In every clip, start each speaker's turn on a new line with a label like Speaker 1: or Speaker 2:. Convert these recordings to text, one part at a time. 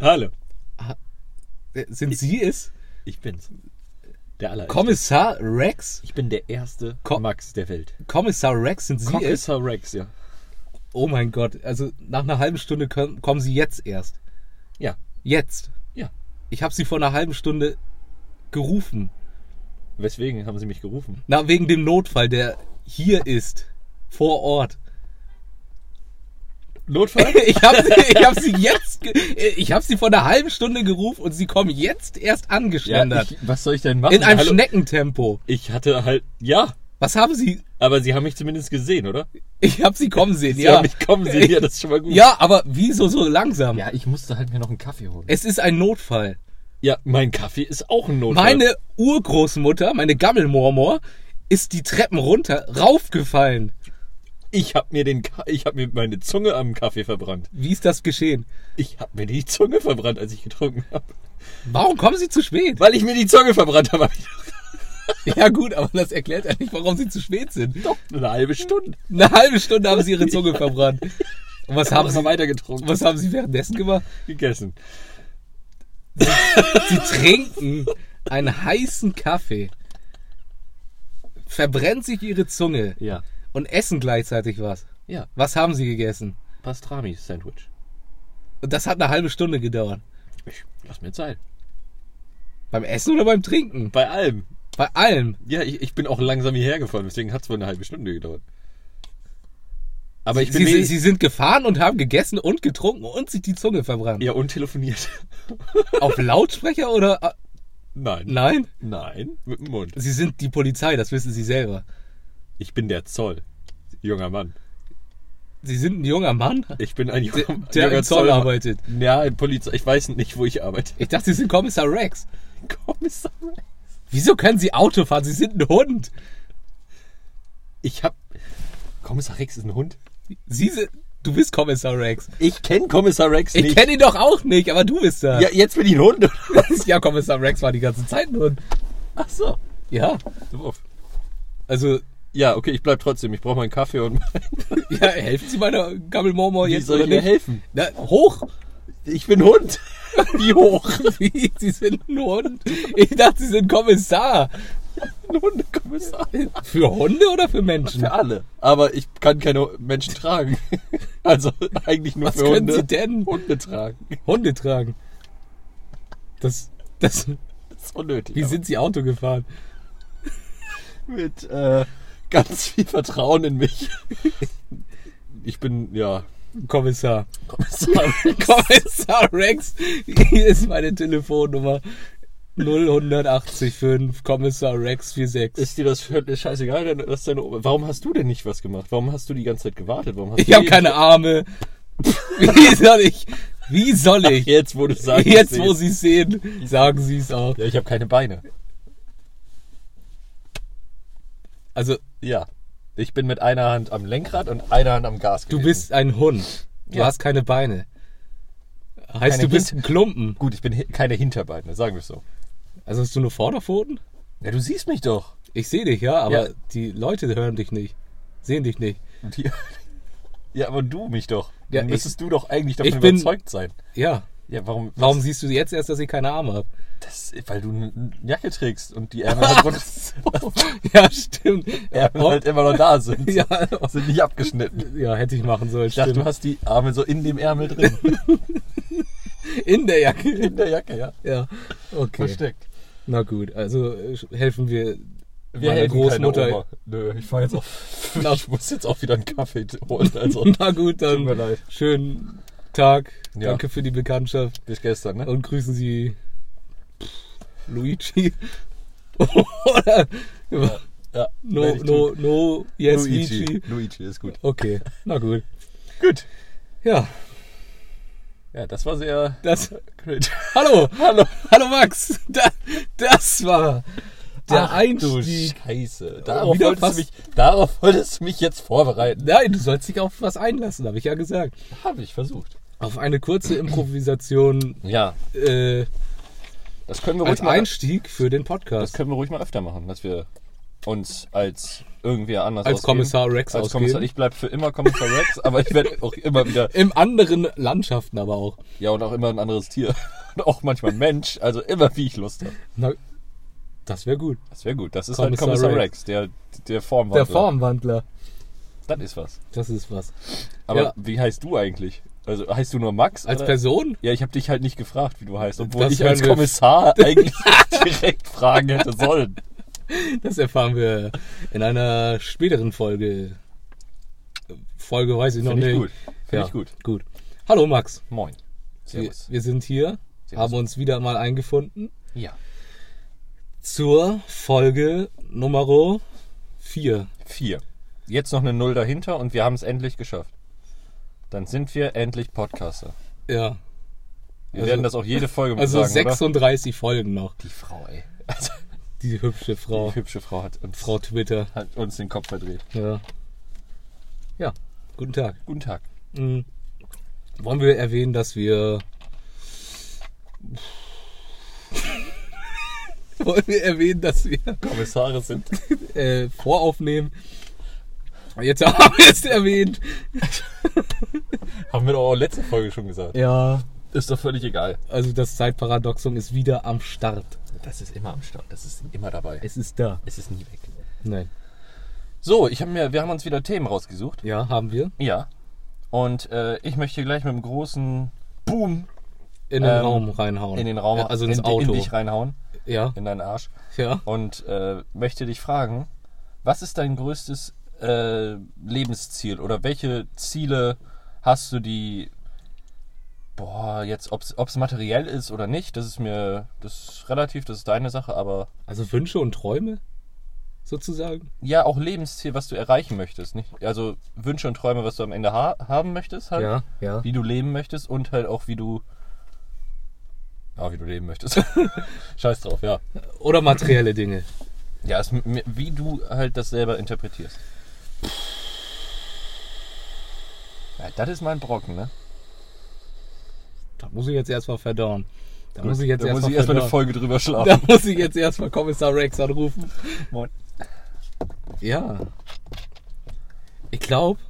Speaker 1: Hallo,
Speaker 2: Sind Sie es?
Speaker 1: ich bin's. Der allererste.
Speaker 2: Kommissar Rex?
Speaker 1: Ich bin der erste
Speaker 2: Ko-
Speaker 1: Max der Welt.
Speaker 2: Kommissar Rex, sind Sie es?
Speaker 1: Kommissar Rex, ja.
Speaker 2: Oh mein Gott, also nach einer halben Stunde kommen, kommen Sie jetzt erst.
Speaker 1: Ja,
Speaker 2: Jetzt.
Speaker 1: ja.
Speaker 2: Ich habe Sie vor einer halben Stunde gerufen.
Speaker 1: Weswegen haben sie mich gerufen?
Speaker 2: Na, wegen dem Notfall, der hier ist. Vor Ort.
Speaker 1: Notfall?
Speaker 2: Ich habe sie, ich hab sie jetzt, ge- ich habe sie vor einer halben Stunde gerufen und sie kommen jetzt erst
Speaker 1: ja,
Speaker 2: angeschlendert.
Speaker 1: ich, was soll ich denn machen?
Speaker 2: in einem
Speaker 1: Hallo?
Speaker 2: Schneckentempo.
Speaker 1: Ich hatte halt, ja,
Speaker 2: Was haben Sie?
Speaker 1: aber sie haben mich zumindest gesehen, oder?
Speaker 2: Ich habe Sie kommen sehen,
Speaker 1: Sie
Speaker 2: ja.
Speaker 1: haben mich kommen sehen, ja, das ist schon mal gut.
Speaker 2: Ja, aber wieso so langsam?
Speaker 1: Ja, ich musste halt mir noch einen Kaffee holen.
Speaker 2: Es ist ein Notfall.
Speaker 1: Ja, mein Kaffee ist auch ein Notfall.
Speaker 2: Meine Urgroßmutter, meine Gammelmormor, ist die Treppen runter, raufgefallen.
Speaker 1: Ich hab mir den, Ka- ich hab mir meine Zunge am Kaffee verbrannt.
Speaker 2: Wie ist das geschehen?
Speaker 1: Ich hab mir die Zunge verbrannt, als ich getrunken habe.
Speaker 2: Warum kommen Sie zu spät?
Speaker 1: Weil ich mir die Zunge verbrannt habe.
Speaker 2: Ja gut, aber das erklärt ja nicht, warum Sie zu spät sind.
Speaker 1: Doch, eine halbe Stunde.
Speaker 2: Eine halbe Stunde haben Sie Ihre Zunge verbrannt. Und was haben
Speaker 1: Haben
Speaker 2: Sie,
Speaker 1: wir weiter getrunken,
Speaker 2: was haben Sie währenddessen gemacht?
Speaker 1: gegessen.
Speaker 2: Sie trinken einen heißen Kaffee, verbrennt sich Ihre Zunge
Speaker 1: Ja.
Speaker 2: und essen gleichzeitig was.
Speaker 1: Ja,
Speaker 2: Was haben Sie gegessen?
Speaker 1: Pastrami-Sandwich.
Speaker 2: Und das hat eine halbe Stunde gedauert.
Speaker 1: Ich lass mir Zeit.
Speaker 2: Beim Essen oder beim Trinken?
Speaker 1: Bei allem.
Speaker 2: Bei allem.
Speaker 1: Ja, ich, ich bin auch langsam hierher gefahren, deswegen hat's wohl eine halbe Stunde gedauert. Aber ich bin eh
Speaker 2: Sie,
Speaker 1: mir-
Speaker 2: sie, sie sind gefahren und haben gegessen und getrunken und sich die Zunge verbrannt.
Speaker 1: ja und telefoniert.
Speaker 2: Auf Lautsprecher oder? äh,
Speaker 1: Nein.
Speaker 2: Nein,
Speaker 1: Nein, mit dem Mund.
Speaker 2: sie sind die Polizei, das wissen sie selber.
Speaker 1: Ich bin der Zoll. Junger Mann.
Speaker 2: Sie sind ein junger Mann,
Speaker 1: Ich bin ein junger,
Speaker 2: der, der
Speaker 1: junger
Speaker 2: im Zoll
Speaker 1: Zollmann.
Speaker 2: arbeitet.
Speaker 1: Ja, in Polizei. Ich weiß nicht, wo ich arbeite.
Speaker 2: Ich dachte, sie sind Kommissar Rex.
Speaker 1: Kommissar.
Speaker 2: Wieso können sie Auto fahren? Sie sind ein Hund.
Speaker 1: Ich hab. Kommissar Rex ist ein Hund?
Speaker 2: Sie sind, du bist Kommissar Rex.
Speaker 1: Ich kenne Kommissar Rex
Speaker 2: Ich kenne ihn doch auch nicht, aber du bist da.
Speaker 1: ja, jetzt bin ich ein Hund.
Speaker 2: ja, Kommissar Rex war die ganze Zeit ein Hund.
Speaker 1: Ach so.
Speaker 2: Ja,
Speaker 1: Doof.
Speaker 2: also,
Speaker 1: Ja, okay, ich bleib trotzdem. Ich brauche meinen Kaffee und.
Speaker 2: ja, helfen Sie meiner Gammelmormor
Speaker 1: Wie
Speaker 2: jetzt
Speaker 1: soll
Speaker 2: oder
Speaker 1: ich mir
Speaker 2: nicht?
Speaker 1: helfen?
Speaker 2: Na, hoch!
Speaker 1: Ich bin Hund. Wie hoch?
Speaker 2: Wie? Sie sind ein Hund? Ich dachte, Sie sind Kommissar.
Speaker 1: Ein Hundekommissar.
Speaker 2: Für Hunde oder für Menschen?
Speaker 1: Für alle. Aber ich kann keine Menschen tragen. Also eigentlich nur
Speaker 2: Was
Speaker 1: für
Speaker 2: können
Speaker 1: Hunde.
Speaker 2: Sie denn?
Speaker 1: Hunde tragen.
Speaker 2: Hunde tragen. Das, das,
Speaker 1: Das ist unnötig.
Speaker 2: wie
Speaker 1: aber-
Speaker 2: sind Sie Auto gefahren?
Speaker 1: mit äh, ganz viel Vertrauen in mich. Ich bin, ja,
Speaker 2: Kommissar.
Speaker 1: Kommissar.
Speaker 2: Kommissar Rex, hier ist meine Telefonnummer. 0185 Kommissar Rex 46.
Speaker 1: Ist dir das völlig scheißegal, denn das ist deine Oma. Warum hast du denn nicht was gemacht? Warum hast du die ganze Zeit gewartet? Warum hast
Speaker 2: Ich
Speaker 1: du
Speaker 2: habe
Speaker 1: jeden-
Speaker 2: keine Arme. Wie soll ich? Wie soll ich?
Speaker 1: Jetzt, wo du es sagst.
Speaker 2: Jetzt,
Speaker 1: ich
Speaker 2: wo
Speaker 1: seh's.
Speaker 2: Sie sehen, sagen Sie es auch.
Speaker 1: Ja, ich habe keine Beine.
Speaker 2: Also,
Speaker 1: Ja. Ich bin mit einer Hand am Lenkrad und einer Hand am Gas
Speaker 2: Du
Speaker 1: gewesen.
Speaker 2: bist ein Hund. Du
Speaker 1: Ja.
Speaker 2: hast keine Beine. Heißt,
Speaker 1: Keine
Speaker 2: du bist ein Klumpen.
Speaker 1: Gut, ich bin hi- keine Hinterbeine, sagen wir es so.
Speaker 2: Also hast du nur Vorderpfoten?
Speaker 1: Ja, du siehst mich doch.
Speaker 2: Ich sehe dich, ja, aber
Speaker 1: Ja.
Speaker 2: die Leute hören dich nicht. Sehen dich nicht.
Speaker 1: Die- Ja, aber du mich doch.
Speaker 2: Ja,
Speaker 1: Dann
Speaker 2: ich-
Speaker 1: müsstest du doch eigentlich davon
Speaker 2: ich bin-
Speaker 1: überzeugt sein.
Speaker 2: Ja.
Speaker 1: Ja, warum?
Speaker 2: Warum siehst du jetzt erst, dass ich keine Arme habe?
Speaker 1: Das, weil du eine Jacke trägst und die Ärmel halt, runter,
Speaker 2: ja, stimmt. Äh,
Speaker 1: Ärmel halt immer noch da sind.
Speaker 2: Ja.
Speaker 1: Sind nicht abgeschnitten.
Speaker 2: ja, hätte ich machen sollen.
Speaker 1: Ich dachte, du
Speaker 2: stimmt.
Speaker 1: hast die Arme so in dem Ärmel drin.
Speaker 2: In der Jacke.
Speaker 1: In der Jacke, ja.
Speaker 2: Ja. Okay.
Speaker 1: Versteckt.
Speaker 2: Na gut, also äh, helfen wir
Speaker 1: Wir
Speaker 2: meiner
Speaker 1: helfen
Speaker 2: Großmutter.
Speaker 1: keine Oma. Nö, ich fahr jetzt auf. Ich muss jetzt auch wieder einen Kaffee holen. Also,
Speaker 2: Na gut, dann
Speaker 1: Tut mir leid.
Speaker 2: schönen Tag.
Speaker 1: Ja.
Speaker 2: Danke für die Bekanntschaft.
Speaker 1: bis gestern, ne?
Speaker 2: und grüßen Sie Luigi. Oder
Speaker 1: Ja.
Speaker 2: no,
Speaker 1: werde ich
Speaker 2: no, no, yes,
Speaker 1: tun. Luigi.
Speaker 2: Luigi.
Speaker 1: Luigi ist gut.
Speaker 2: Okay, na gut.
Speaker 1: Gut.
Speaker 2: Ja,
Speaker 1: Ja, das war sehr
Speaker 2: das.
Speaker 1: cringe.
Speaker 2: Hallo,
Speaker 1: Hallo.
Speaker 2: hallo Max. Da, das war der
Speaker 1: Ach, du
Speaker 2: Einstieg.
Speaker 1: Scheiße.
Speaker 2: Oh,
Speaker 1: Darauf
Speaker 2: wieder
Speaker 1: wolltest,
Speaker 2: fast-
Speaker 1: du mich, darauf wolltest du mich jetzt vorbereiten.
Speaker 2: Nein, du sollst dich auf was einlassen, habe ich ja gesagt.
Speaker 1: Habe ich versucht.
Speaker 2: Auf eine kurze Improvisation
Speaker 1: Ja,
Speaker 2: äh,
Speaker 1: das können wir
Speaker 2: als
Speaker 1: ruhig mal
Speaker 2: Einstieg für den
Speaker 1: Das
Speaker 2: Podcast.
Speaker 1: können wir ruhig mal öfter machen, dass wir uns als irgendwer anders
Speaker 2: Als
Speaker 1: ausgeben.
Speaker 2: Kommissar Rex
Speaker 1: Als
Speaker 2: ausgeben.
Speaker 1: Kommissar. Ich bleib für immer Kommissar Rex, aber ich werde auch immer wieder,
Speaker 2: Im anderen Landschaften aber auch.
Speaker 1: ja und auch immer ein anderes Tier. Und auch manchmal ein Mensch, also immer wie ich Lust habe.
Speaker 2: Na, das wäre gut.
Speaker 1: Das wäre gut. Das ist
Speaker 2: Kommissar
Speaker 1: halt Kommissar
Speaker 2: Rex.
Speaker 1: Rex, der, der Formwandler.
Speaker 2: Der Formwandler.
Speaker 1: Das ist was.
Speaker 2: Das ist was.
Speaker 1: Aber
Speaker 2: Ja.
Speaker 1: wie heißt du eigentlich? Also heißt du nur Max?
Speaker 2: Als
Speaker 1: oder?
Speaker 2: Person?
Speaker 1: Ja, ich habe dich halt nicht gefragt, wie du heißt, obwohl
Speaker 2: Das
Speaker 1: ich als
Speaker 2: hören wir-
Speaker 1: Kommissar eigentlich direkt fragen hätte sollen.
Speaker 2: Das erfahren wir in einer späteren Folge. Folge weiß ich noch
Speaker 1: Finde ich
Speaker 2: nicht.
Speaker 1: gut. Finde ich gut.
Speaker 2: Gut. Hallo Max.
Speaker 1: Moin.
Speaker 2: Wir,
Speaker 1: Servus.
Speaker 2: wir sind hier,
Speaker 1: Servus.
Speaker 2: haben uns wieder mal eingefunden
Speaker 1: Ja.
Speaker 2: zur Folge Nummer 4.
Speaker 1: Vier. Jetzt noch eine Null dahinter und wir haben es endlich geschafft. Dann sind wir endlich Podcaster.
Speaker 2: Ja.
Speaker 1: Wir
Speaker 2: Also-
Speaker 1: werden das auch jede Folge
Speaker 2: Also
Speaker 1: sagen, oder?
Speaker 2: 36 Folgen noch.
Speaker 1: Die Frau, ey. Also,
Speaker 2: Die hübsche Frau.
Speaker 1: Die hübsche Frau hat uns,
Speaker 2: Frau Twitter.
Speaker 1: hat uns den Kopf verdreht.
Speaker 2: Ja. Ja. Guten Tag.
Speaker 1: Guten Tag.
Speaker 2: Mhm. Wollen wir erwähnen, dass wir. Wollen wir erwähnen, dass wir
Speaker 1: Kommissare sind.
Speaker 2: äh, voraufnehmen? Jetzt haben wir es erwähnt.
Speaker 1: haben wir doch auch letzte Folge schon gesagt.
Speaker 2: Ja.
Speaker 1: Ist doch völlig egal.
Speaker 2: Also das Zeitparadoxon ist wieder am Start.
Speaker 1: Das ist immer am Start. Das ist immer dabei.
Speaker 2: Es ist da.
Speaker 1: Es ist nie weg.
Speaker 2: Nein.
Speaker 1: So, ich hab mir, wir haben uns wieder Themen rausgesucht.
Speaker 2: Ja, haben wir.
Speaker 1: Ja. Und äh, ich möchte gleich mit einem großen Boom
Speaker 2: In den
Speaker 1: Ähm,
Speaker 2: Raum reinhauen.
Speaker 1: in den Raum,
Speaker 2: Ja, also ins
Speaker 1: in,
Speaker 2: Auto.
Speaker 1: in dich reinhauen,
Speaker 2: ja,
Speaker 1: in deinen Arsch.
Speaker 2: ja.
Speaker 1: Und äh, möchte dich fragen, was ist dein größtes äh, Lebensziel oder welche Ziele hast du, die, boah, jetzt, ob es materiell ist oder nicht, das ist mir, das ist relativ, das ist deine Sache, aber
Speaker 2: Also Wünsche und Träume? Sozusagen?
Speaker 1: ja, auch Lebensziel, was du erreichen möchtest, nicht? Also Wünsche und Träume, was du am Ende ha haben möchtest, halt.
Speaker 2: ja.
Speaker 1: wie du leben möchtest und halt auch wie du ja, wie du leben möchtest. Scheiß drauf, ja.
Speaker 2: Oder materielle Dinge.
Speaker 1: Ja, es, m- wie du halt das selber interpretierst. Ja, das ist mein Brocken, ne?
Speaker 2: Da muss ich jetzt erstmal verdauen. Da
Speaker 1: Gut,
Speaker 2: muss ich jetzt
Speaker 1: da muss
Speaker 2: erstmal
Speaker 1: ich erstmal eine
Speaker 2: verdauen.
Speaker 1: Folge drüber
Speaker 2: Da
Speaker 1: schlafen.
Speaker 2: muss ich jetzt erstmal Kommissar Rex anrufen.
Speaker 1: Moin.
Speaker 2: Ja. Ich glaube,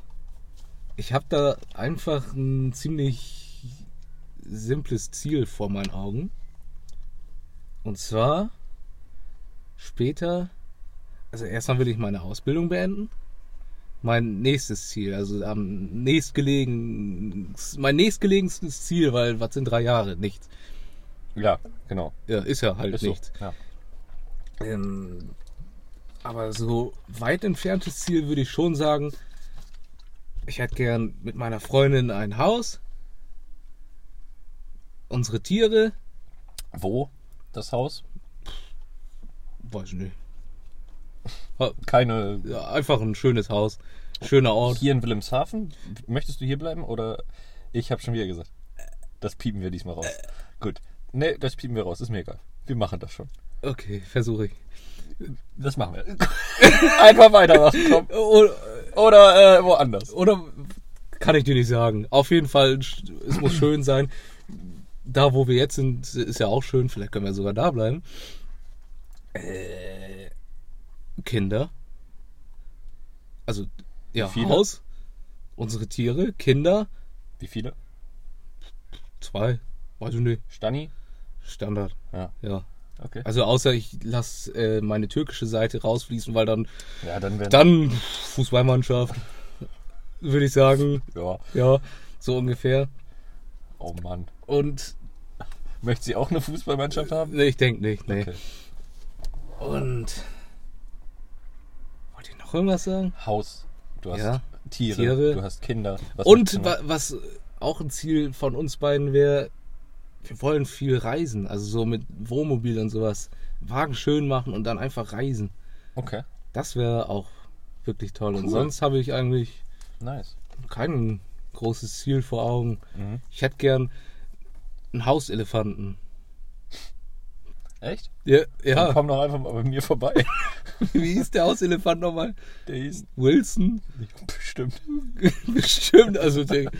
Speaker 2: ich habe da einfach ein ziemlich simples Ziel vor meinen Augen. Und zwar später, also erstmal will ich meine Ausbildung beenden. Mein nächstes Ziel, also am nächstgelegen, mein nächstgelegensten Ziel, weil was sind drei Jahre? Nichts.
Speaker 1: Ja, genau.
Speaker 2: Ja, ist ja halt
Speaker 1: Ist so.
Speaker 2: nichts.
Speaker 1: Ja.
Speaker 2: Ähm, aber so weit entferntes Ziel würde ich schon sagen, ich hätte gern mit meiner Freundin ein Haus, unsere Tiere,
Speaker 1: Wo? Das Haus?
Speaker 2: weiß nicht,
Speaker 1: Keine.
Speaker 2: ja, einfach ein schönes Haus, schöner Ort.
Speaker 1: Hier in Wilhelmshaven? Möchtest du hier bleiben oder? Ich habe schon wieder gesagt. Das piepen wir diesmal raus. Gut. Ne, das piepen wir raus. Ist mir egal. Wir machen das schon.
Speaker 2: Okay, versuche ich.
Speaker 1: Das machen wir. Einfach weitermachen, komm.
Speaker 2: Oder,
Speaker 1: Oder äh, woanders.
Speaker 2: oder kann ich dir nicht sagen. Auf jeden Fall, es muss schön sein. Da, wo wir jetzt sind, ist ja auch schön. Vielleicht können wir sogar da bleiben. Äh, Kinder. Also, ja,
Speaker 1: Wie viele?
Speaker 2: Haus. Unsere Tiere, Kinder.
Speaker 1: Wie viele?
Speaker 2: Zwei. Weiß ich nicht.
Speaker 1: Stani?
Speaker 2: Standard.
Speaker 1: Ja,
Speaker 2: Ja.
Speaker 1: okay.
Speaker 2: Also, außer ich lasse äh, meine türkische Seite rausfließen, weil dann,
Speaker 1: Ja, dann werden.
Speaker 2: dann Fußballmannschaft, würde ich sagen.
Speaker 1: Ja.
Speaker 2: Ja, so ungefähr.
Speaker 1: Oh Mann.
Speaker 2: Und
Speaker 1: Möchte sie auch eine Fußballmannschaft haben?
Speaker 2: nee, ich denke nicht, nee.
Speaker 1: Okay.
Speaker 2: Und wollt ihr noch irgendwas sagen?
Speaker 1: Haus. Du hast
Speaker 2: Ja.
Speaker 1: Tiere,
Speaker 2: Tiere.
Speaker 1: Du hast Kinder. Was möchtest du
Speaker 2: Und
Speaker 1: noch?
Speaker 2: wa was auch ein Ziel von uns beiden wäre, wir wollen viel reisen, also so mit Wohnmobil und sowas. Wagen schön machen und dann einfach reisen.
Speaker 1: Okay.
Speaker 2: Das wäre auch wirklich toll. Und
Speaker 1: Cool.
Speaker 2: sonst habe ich eigentlich
Speaker 1: Nice.
Speaker 2: kein großes Ziel vor Augen.
Speaker 1: Mhm.
Speaker 2: Ich hätte gern einen Hauselefanten.
Speaker 1: Echt?
Speaker 2: Ja,
Speaker 1: Dann
Speaker 2: ja.
Speaker 1: komm doch einfach mal bei mir vorbei.
Speaker 2: wie hieß der Hauselefant nochmal?
Speaker 1: Der hieß
Speaker 2: Wilson?
Speaker 1: bestimmt.
Speaker 2: Bestimmt, also den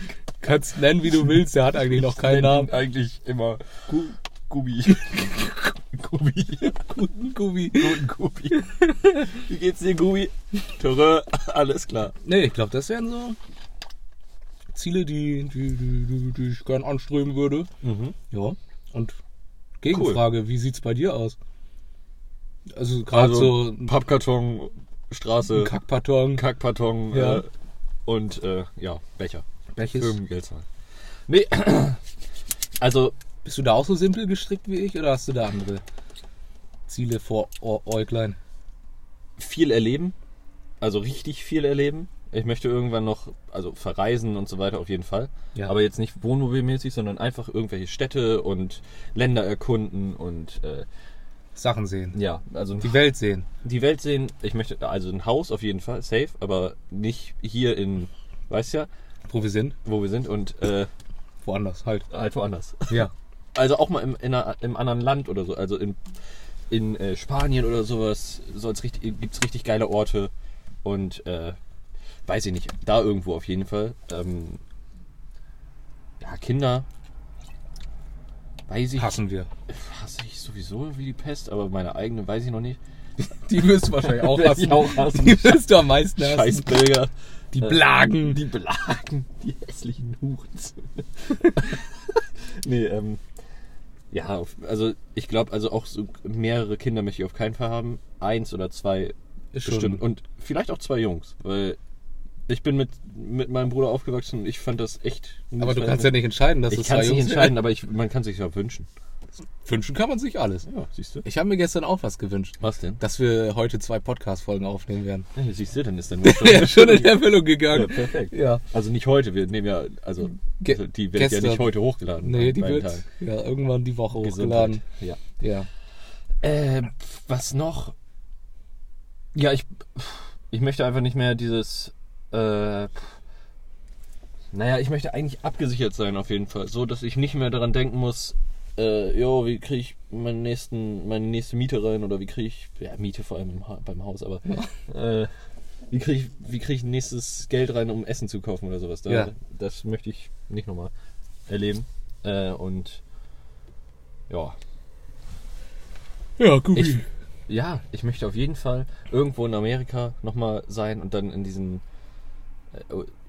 Speaker 2: kannst nennen, wie du willst, der hat eigentlich noch keinen
Speaker 1: Nennen ihn
Speaker 2: Namen.
Speaker 1: Eigentlich immer.
Speaker 2: Gu-
Speaker 1: Gubi.
Speaker 2: Gubi. Guten Gubi.
Speaker 1: Guten Gubi. Wie geht's dir, Gubi? Töre, alles klar.
Speaker 2: Nee, ich glaube, das wären so Ziele, die, die, die, die, die ich gern anstreben würde.
Speaker 1: Mhm.
Speaker 2: Ja. Und Gegenfrage, wie sieht's bei dir aus? Also gerade so ein
Speaker 1: Pappkarton, Straße,
Speaker 2: Kackparton,
Speaker 1: Kackkarton
Speaker 2: Ja.
Speaker 1: äh, und äh, ja, Becher.
Speaker 2: welches?
Speaker 1: Firmengeld zahlen. Nee, also
Speaker 2: Bist du da auch so simpel gestrickt wie ich oder hast du da andere Ziele vor Ä- Äuglein?
Speaker 1: viel erleben, also richtig viel erleben. Ich möchte irgendwann noch, also verreisen und so weiter auf jeden Fall.
Speaker 2: Ja.
Speaker 1: Aber jetzt nicht wohnmobilmäßig, sondern einfach irgendwelche Städte und Länder erkunden und äh,
Speaker 2: Sachen sehen.
Speaker 1: ja, also ein
Speaker 2: Die Welt sehen.
Speaker 1: die Welt sehen, ich möchte also ein Haus auf jeden Fall, safe, aber nicht hier in, weißt ja,
Speaker 2: Wo wir sind.
Speaker 1: wo wir sind und äh,
Speaker 2: Woanders halt.
Speaker 1: halt woanders.
Speaker 2: Ja.
Speaker 1: Also auch mal im, in einer, im anderen Land oder so, also in, in äh, Spanien oder sowas soll's richtig, gibt's richtig geile Orte und äh, weiß ich nicht, da irgendwo auf jeden Fall. Ähm, ja, Kinder, weiß ich,
Speaker 2: Hassen wir.
Speaker 1: hasse ich sowieso wie die Pest, aber meine eigene weiß ich noch nicht.
Speaker 2: Die wirst du wahrscheinlich auch
Speaker 1: Werd ich
Speaker 2: hassen.
Speaker 1: auch hassen.
Speaker 2: Die wirst du am meisten hassen.
Speaker 1: Scheiß Pilger.
Speaker 2: Die
Speaker 1: Äh,
Speaker 2: Blagen.
Speaker 1: Die Blagen, die hässlichen Hurenzöne. nee, ähm. Ja, auf- also ich glaube, also auch so mehrere Kinder möchte ich auf keinen Fall haben. Eins oder zwei
Speaker 2: Ist schon-
Speaker 1: bestimmt. Und vielleicht auch zwei Jungs, weil ich bin mit, mit meinem Bruder aufgewachsen und ich fand das echt.
Speaker 2: Aber du kannst ja nicht entscheiden, dass
Speaker 1: Ich
Speaker 2: es
Speaker 1: kann
Speaker 2: zwei
Speaker 1: es nicht
Speaker 2: Jungs
Speaker 1: entscheiden, aber ich, man kann sich ja wünschen.
Speaker 2: sind. Wünschen kann man sich alles.
Speaker 1: Ja, siehst du.
Speaker 2: Ich habe mir gestern auch was gewünscht.
Speaker 1: Was denn?
Speaker 2: Dass wir heute zwei Podcast-Folgen aufnehmen werden.
Speaker 1: Ja, siehst du, dann ist dann
Speaker 2: Ja, schon in Erfüllung gegangen.
Speaker 1: perfekt.
Speaker 2: Ja.
Speaker 1: Also nicht heute, wir nehmen ja, also
Speaker 2: Ge-
Speaker 1: die wird ja
Speaker 2: gestern.
Speaker 1: nicht heute hochgeladen.
Speaker 2: Nee,
Speaker 1: an
Speaker 2: die
Speaker 1: beiden
Speaker 2: wird
Speaker 1: Tagen.
Speaker 2: ja, irgendwann die Woche hochgeladen.
Speaker 1: Gesundheit. Ja.
Speaker 2: Ja.
Speaker 1: Äh, was noch? Ja, ich, ich möchte einfach nicht mehr dieses. Äh, naja, ich möchte eigentlich abgesichert sein auf jeden Fall, so dass ich nicht mehr daran denken muss. Äh, jo, wie kriege ich meinen nächsten, meine nächste Miete rein oder wie kriege ich ja, Miete vor allem im ha beim Haus, aber äh, wie kriege ich, wie krieg ich nächstes Geld rein, um Essen zu kaufen oder sowas? Da,
Speaker 2: Ja.
Speaker 1: Das möchte ich nicht nochmal erleben. Äh, und ja,
Speaker 2: Ja,
Speaker 1: ich, ja, ich möchte auf jeden Fall irgendwo in Amerika nochmal sein und dann in diesen äh,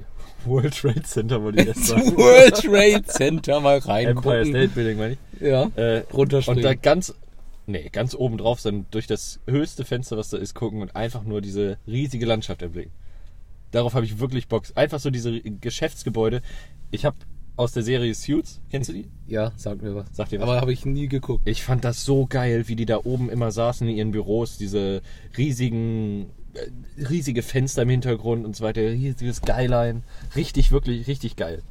Speaker 1: World Trade Center, wollte ich jetzt
Speaker 2: Ins
Speaker 1: sagen.
Speaker 2: World Trade Center mal
Speaker 1: Empire
Speaker 2: reingucken.
Speaker 1: State Building, meine ich.
Speaker 2: Ja.
Speaker 1: Äh,
Speaker 2: Runterspringen.
Speaker 1: und da ganz, nee, ganz oben drauf dann durch das höchste Fenster, was da ist, gucken und einfach nur diese riesige Landschaft erblicken. Darauf habe ich wirklich Bock. Einfach so diese Geschäftsgebäude. Ich habe aus der Serie Suits, kennst du die?
Speaker 2: Ja, sag mir was.
Speaker 1: Sagt dir was?
Speaker 2: Aber habe ich nie geguckt.
Speaker 1: Ich fand das so geil, wie die da oben immer saßen in ihren Büros, diese riesigen, äh, riesige Fenster im Hintergrund und so weiter, riesiges Skyline. Richtig, wirklich, richtig geil.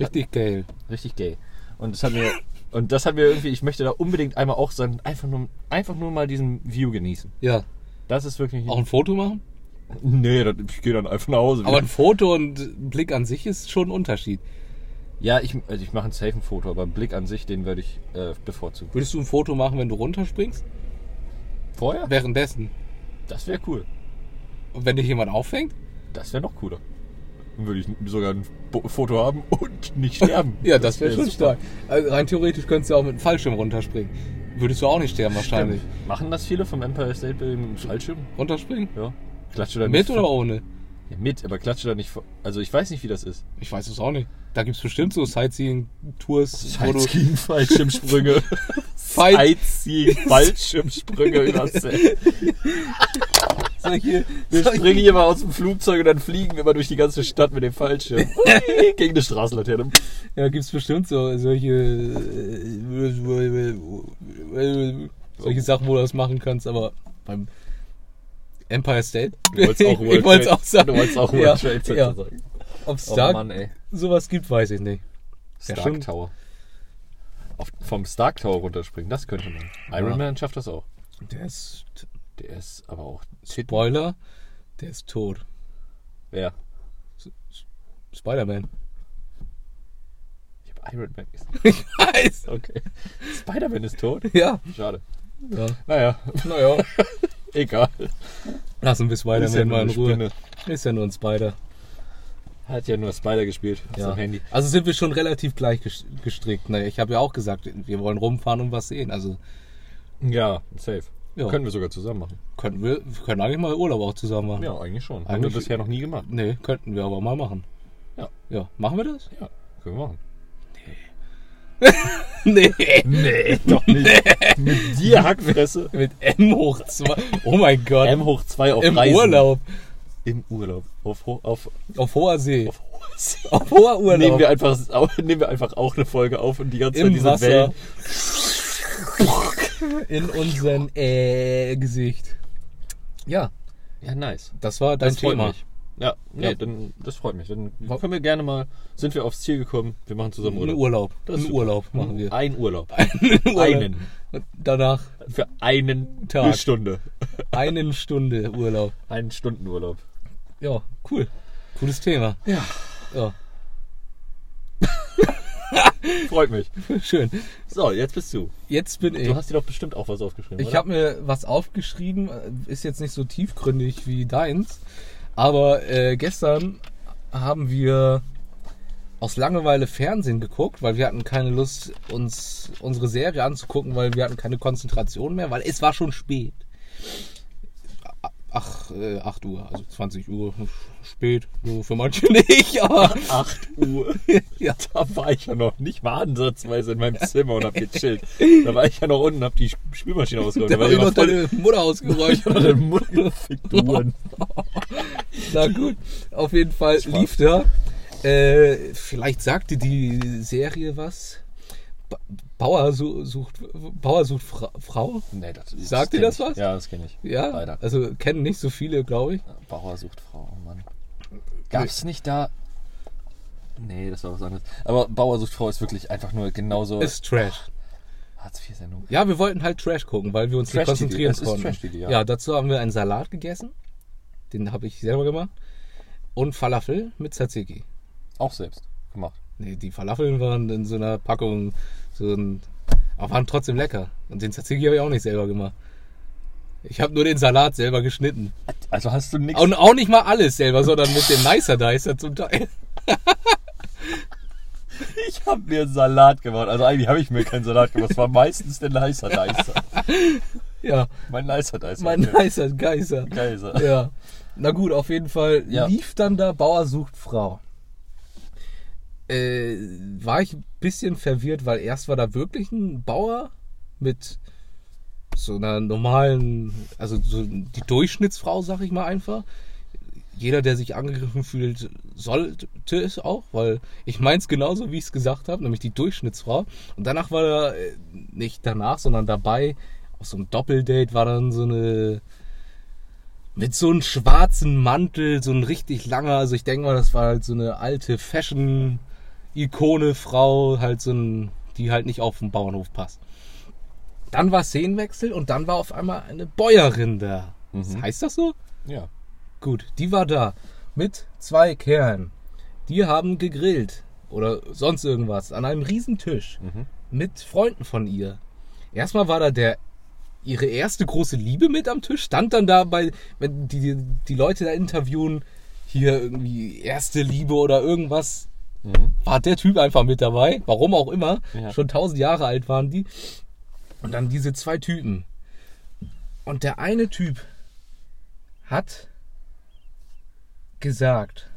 Speaker 2: Richtig geil.
Speaker 1: Richtig gay. Und das hat mir, und das hat mir irgendwie, ich möchte da unbedingt einmal auch sein, einfach nur, einfach nur mal diesen View genießen.
Speaker 2: Ja.
Speaker 1: Das ist wirklich.
Speaker 2: Auch ein Foto machen?
Speaker 1: nee, das- ich gehe dann einfach nach Hause. ne?
Speaker 2: Aber
Speaker 1: wieder.
Speaker 2: ein Foto und ein Blick an sich ist schon ein Unterschied.
Speaker 1: ja, ich, also ich mache ein safe Foto, aber einen Blick an sich, den würde ich äh, bevorzugen.
Speaker 2: Würdest du ein Foto machen, wenn du runterspringst?
Speaker 1: Vorher?
Speaker 2: Währenddessen.
Speaker 1: Das wäre cool.
Speaker 2: Und wenn dich jemand auffängt?
Speaker 1: Das wäre noch cooler. Dann würde ich sogar ein Bo- Foto haben und nicht sterben.
Speaker 2: Ja, das wäre schon
Speaker 1: super.
Speaker 2: stark. Also rein theoretisch könntest du auch mit einem Fallschirm runterspringen. Würdest du auch nicht sterben wahrscheinlich.
Speaker 1: Ähm, Machen das viele vom Empire State Building mit dem Fallschirm?
Speaker 2: Runterspringen?
Speaker 1: Ja. Klatsche da
Speaker 2: Mit
Speaker 1: nicht
Speaker 2: oder ohne?
Speaker 1: Ja, mit, aber klatsche da nicht vor. Also ich weiß nicht, wie das ist.
Speaker 2: Ich weiß es auch nicht. Da gibt es bestimmt so Sightseeing-Tours, wo du
Speaker 1: Sightseeing, Fallschirmsprünge.
Speaker 2: Fight,
Speaker 1: Sightseeing, Fallschirmsprünge übersetzt.
Speaker 2: solche,
Speaker 1: Wir
Speaker 2: solche-
Speaker 1: springen hier mal aus dem Flugzeug und dann fliegen wir mal durch die ganze Stadt mit dem Fallschirm. Gegen eine Straßenlaterne.
Speaker 2: Ja, gibt's bestimmt so solche, äh, solche Sachen, wo du das machen kannst, aber beim Empire State.
Speaker 1: Du wolltest auch World
Speaker 2: ich wollte es
Speaker 1: Trade-
Speaker 2: auch sagen.
Speaker 1: Du wolltest auch World
Speaker 2: ja,
Speaker 1: Trade Center
Speaker 2: ja.
Speaker 1: sagen.
Speaker 2: Ob es
Speaker 1: Oh
Speaker 2: da
Speaker 1: Mann, ey.
Speaker 2: sowas gibt, weiß ich nicht.
Speaker 1: Stark
Speaker 2: stimmt.
Speaker 1: Tower. Auf, vom Stark Tower runterspringen, das könnte man. Iron
Speaker 2: Ja.
Speaker 1: Man schafft das auch.
Speaker 2: Der ist
Speaker 1: Der ist aber auch.
Speaker 2: Spoiler, der ist tot.
Speaker 1: Wer?
Speaker 2: Spider-Man.
Speaker 1: Ich hab Iron Man gesagt.
Speaker 2: Nice.
Speaker 1: Okay. Spider-Man ist tot?
Speaker 2: Ja.
Speaker 1: Schade.
Speaker 2: ja.
Speaker 1: Naja,
Speaker 2: Naja.
Speaker 1: egal.
Speaker 2: Lassen wir
Speaker 1: Ist ja nur
Speaker 2: Spider-Man mal in
Speaker 1: eine
Speaker 2: Ruhe.
Speaker 1: Spinne.
Speaker 2: Ist ja nur ein Spider.
Speaker 1: Hat ja nur Spider gespielt auf
Speaker 2: Ja.
Speaker 1: seinem Handy.
Speaker 2: Also sind wir schon relativ gleich ges- gestrickt. Naja, ich habe ja auch gesagt, wir wollen rumfahren und was sehen. Also
Speaker 1: Ja, safe.
Speaker 2: Ja.
Speaker 1: Können wir sogar zusammen machen.
Speaker 2: könnten wir, wir können eigentlich mal Urlaub auch zusammen machen.
Speaker 1: Ja, eigentlich schon. Haben wir
Speaker 2: Eigentlich-
Speaker 1: bisher noch nie gemacht.
Speaker 2: Nee, könnten wir aber mal machen.
Speaker 1: Ja.
Speaker 2: Ja, machen wir das?
Speaker 1: Ja, können wir machen.
Speaker 2: Nee.
Speaker 1: Nee, doch nicht. Mit dir, Hackfresse.
Speaker 2: Mit M hoch 2. Oh mein Gott.
Speaker 1: M hoch 2 auf
Speaker 2: Im
Speaker 1: Reisen.
Speaker 2: Urlaub.
Speaker 1: Im Urlaub. Auf, ho- auf,
Speaker 2: Auf hoher See.
Speaker 1: auf hoher See.
Speaker 2: Auf hoher Urlaub.
Speaker 1: Nehmen wir, einfach, nehmen wir einfach auch eine Folge auf und die ganze Zeit
Speaker 2: Im
Speaker 1: diese
Speaker 2: Wasser.
Speaker 1: Wellen.
Speaker 2: In unserem äh, Gesicht. Ja,
Speaker 1: Ja, nice.
Speaker 2: das war dein
Speaker 1: Das freut
Speaker 2: Thema.
Speaker 1: mich. Ja, nee,
Speaker 2: Ja.
Speaker 1: Dann, das freut mich. Dann können wir gerne mal, sind wir aufs Ziel gekommen, wir machen zusammen
Speaker 2: Ein
Speaker 1: Urlaub.
Speaker 2: Urlaub.
Speaker 1: Das ist
Speaker 2: Ein
Speaker 1: super.
Speaker 2: Urlaub machen wir.
Speaker 1: Ein Urlaub.
Speaker 2: Urlaub.
Speaker 1: Einen.
Speaker 2: Und danach
Speaker 1: Für einen
Speaker 2: Tag.
Speaker 1: Tag. Eine Stunde.
Speaker 2: eine Stunde Urlaub.
Speaker 1: Einen Stundenurlaub.
Speaker 2: Ja, cool. Cooles Thema.
Speaker 1: Ja.
Speaker 2: Ja,
Speaker 1: Freut mich.
Speaker 2: schön.
Speaker 1: So, jetzt bist du.
Speaker 2: Jetzt bin ich.
Speaker 1: Du hast dir doch bestimmt auch was aufgeschrieben.
Speaker 2: Ich
Speaker 1: oder?
Speaker 2: habe mir was aufgeschrieben, äh, ist jetzt nicht so tiefgründig wie deins, aber äh, gestern haben wir aus Langeweile Fernsehen geguckt, weil wir hatten keine Lust, uns unsere Serie anzugucken, weil wir hatten keine Konzentration mehr, weil es war schon spät. Ach, äh, 8 Uhr, also 20 Uhr, spät, so für manche nicht, aber
Speaker 1: 8 Uhr.
Speaker 2: ja.
Speaker 1: Da war ich ja noch nicht mal ansatzweise in meinem Zimmer und hab gechillt. Da war ich ja noch unten und hab die Spülmaschine ausgeräumt.
Speaker 2: Da
Speaker 1: Da war
Speaker 2: habe
Speaker 1: ich
Speaker 2: ich
Speaker 1: noch
Speaker 2: noch
Speaker 1: voll
Speaker 2: deine Mutter ausgeräumt.
Speaker 1: unter den Mund gefickt. du Huren.
Speaker 2: Na gut, auf jeden Fall lief da. Äh, vielleicht sagte die Serie was. Ba- Bauer su- sucht, Bauer sucht Fra Frau.
Speaker 1: Nee, das,
Speaker 2: Sagt dir
Speaker 1: kenn
Speaker 2: das
Speaker 1: ich.
Speaker 2: was?
Speaker 1: Ja, das kenne ich.
Speaker 2: Ja,
Speaker 1: Leider.
Speaker 2: also kennen nicht so viele, glaube ich.
Speaker 1: Bauer sucht Frau, oh Mann.
Speaker 2: Äh,
Speaker 1: Gab's nicht da. Nee, das war was anderes. Aber Bauer sucht Frau ist wirklich einfach nur genauso.
Speaker 2: Ist Trash.
Speaker 1: Hartz-IV-Sendung.
Speaker 2: Ja, wir wollten halt Trash gucken, weil wir uns nicht
Speaker 1: Trash-TV,
Speaker 2: konzentrieren
Speaker 1: es ist
Speaker 2: konnten.
Speaker 1: Trash-TV, ja.
Speaker 2: ja, dazu haben wir einen Salat gegessen. Den habe ich selber gemacht. Und Falafel mit Tzatziki.
Speaker 1: Auch selbst gemacht.
Speaker 2: Nee, die Falafeln waren in so einer Packung, so ein, aber waren trotzdem lecker. Und den Tzatziki habe ich auch nicht selber gemacht. Ich habe nur den Salat selber geschnitten.
Speaker 1: Also hast du nichts.
Speaker 2: Und auch nicht mal alles selber, sondern mit dem Nicer Dicer zum Teil.
Speaker 1: Ich habe mir einen Salat gemacht. Also eigentlich habe ich mir keinen Salat gemacht. Es war meistens der Leiser Deiser.
Speaker 2: Ja,
Speaker 1: Mein Leiser Deiser.
Speaker 2: mein Nicer Geiser.
Speaker 1: Geiser.
Speaker 2: Ja. Na gut, auf jeden Fall
Speaker 1: Ja.
Speaker 2: lief dann da Bauer sucht Frau. Äh, war ich ein bisschen verwirrt, weil erst war da wirklich ein Bauer mit so einer normalen, also so die Durchschnittsfrau, sag ich mal einfach. Jeder, der sich angegriffen fühlt, sollte es auch, weil ich meins genauso, wie ich es gesagt habe, nämlich die Durchschnittsfrau. Und danach war da, äh, nicht danach, sondern dabei, auf so einem Doppeldate war dann so eine mit so einem schwarzen Mantel, so ein richtig langer, also ich denke mal, das war halt so eine alte Fashion-Ikone, Frau, halt so ein, die halt nicht auf den Bauernhof passt. Dann war Szenenwechsel und dann war auf einmal eine Bäuerin da. Heißt das so?
Speaker 1: Ja.
Speaker 2: Gut, die war da mit zwei Kerlen. Die haben gegrillt oder sonst irgendwas an einem Riesentisch mit Freunden von ihr. Erstmal war da der ihre erste große Liebe mit am Tisch, stand dann da bei, wenn die, die, die Leute da interviewen, hier irgendwie erste Liebe oder irgendwas, war der Typ einfach mit dabei, warum auch immer,
Speaker 1: Ja.
Speaker 2: schon tausend Jahre alt waren die. Und dann diese zwei Typen. Und der eine Typ hat gesagt,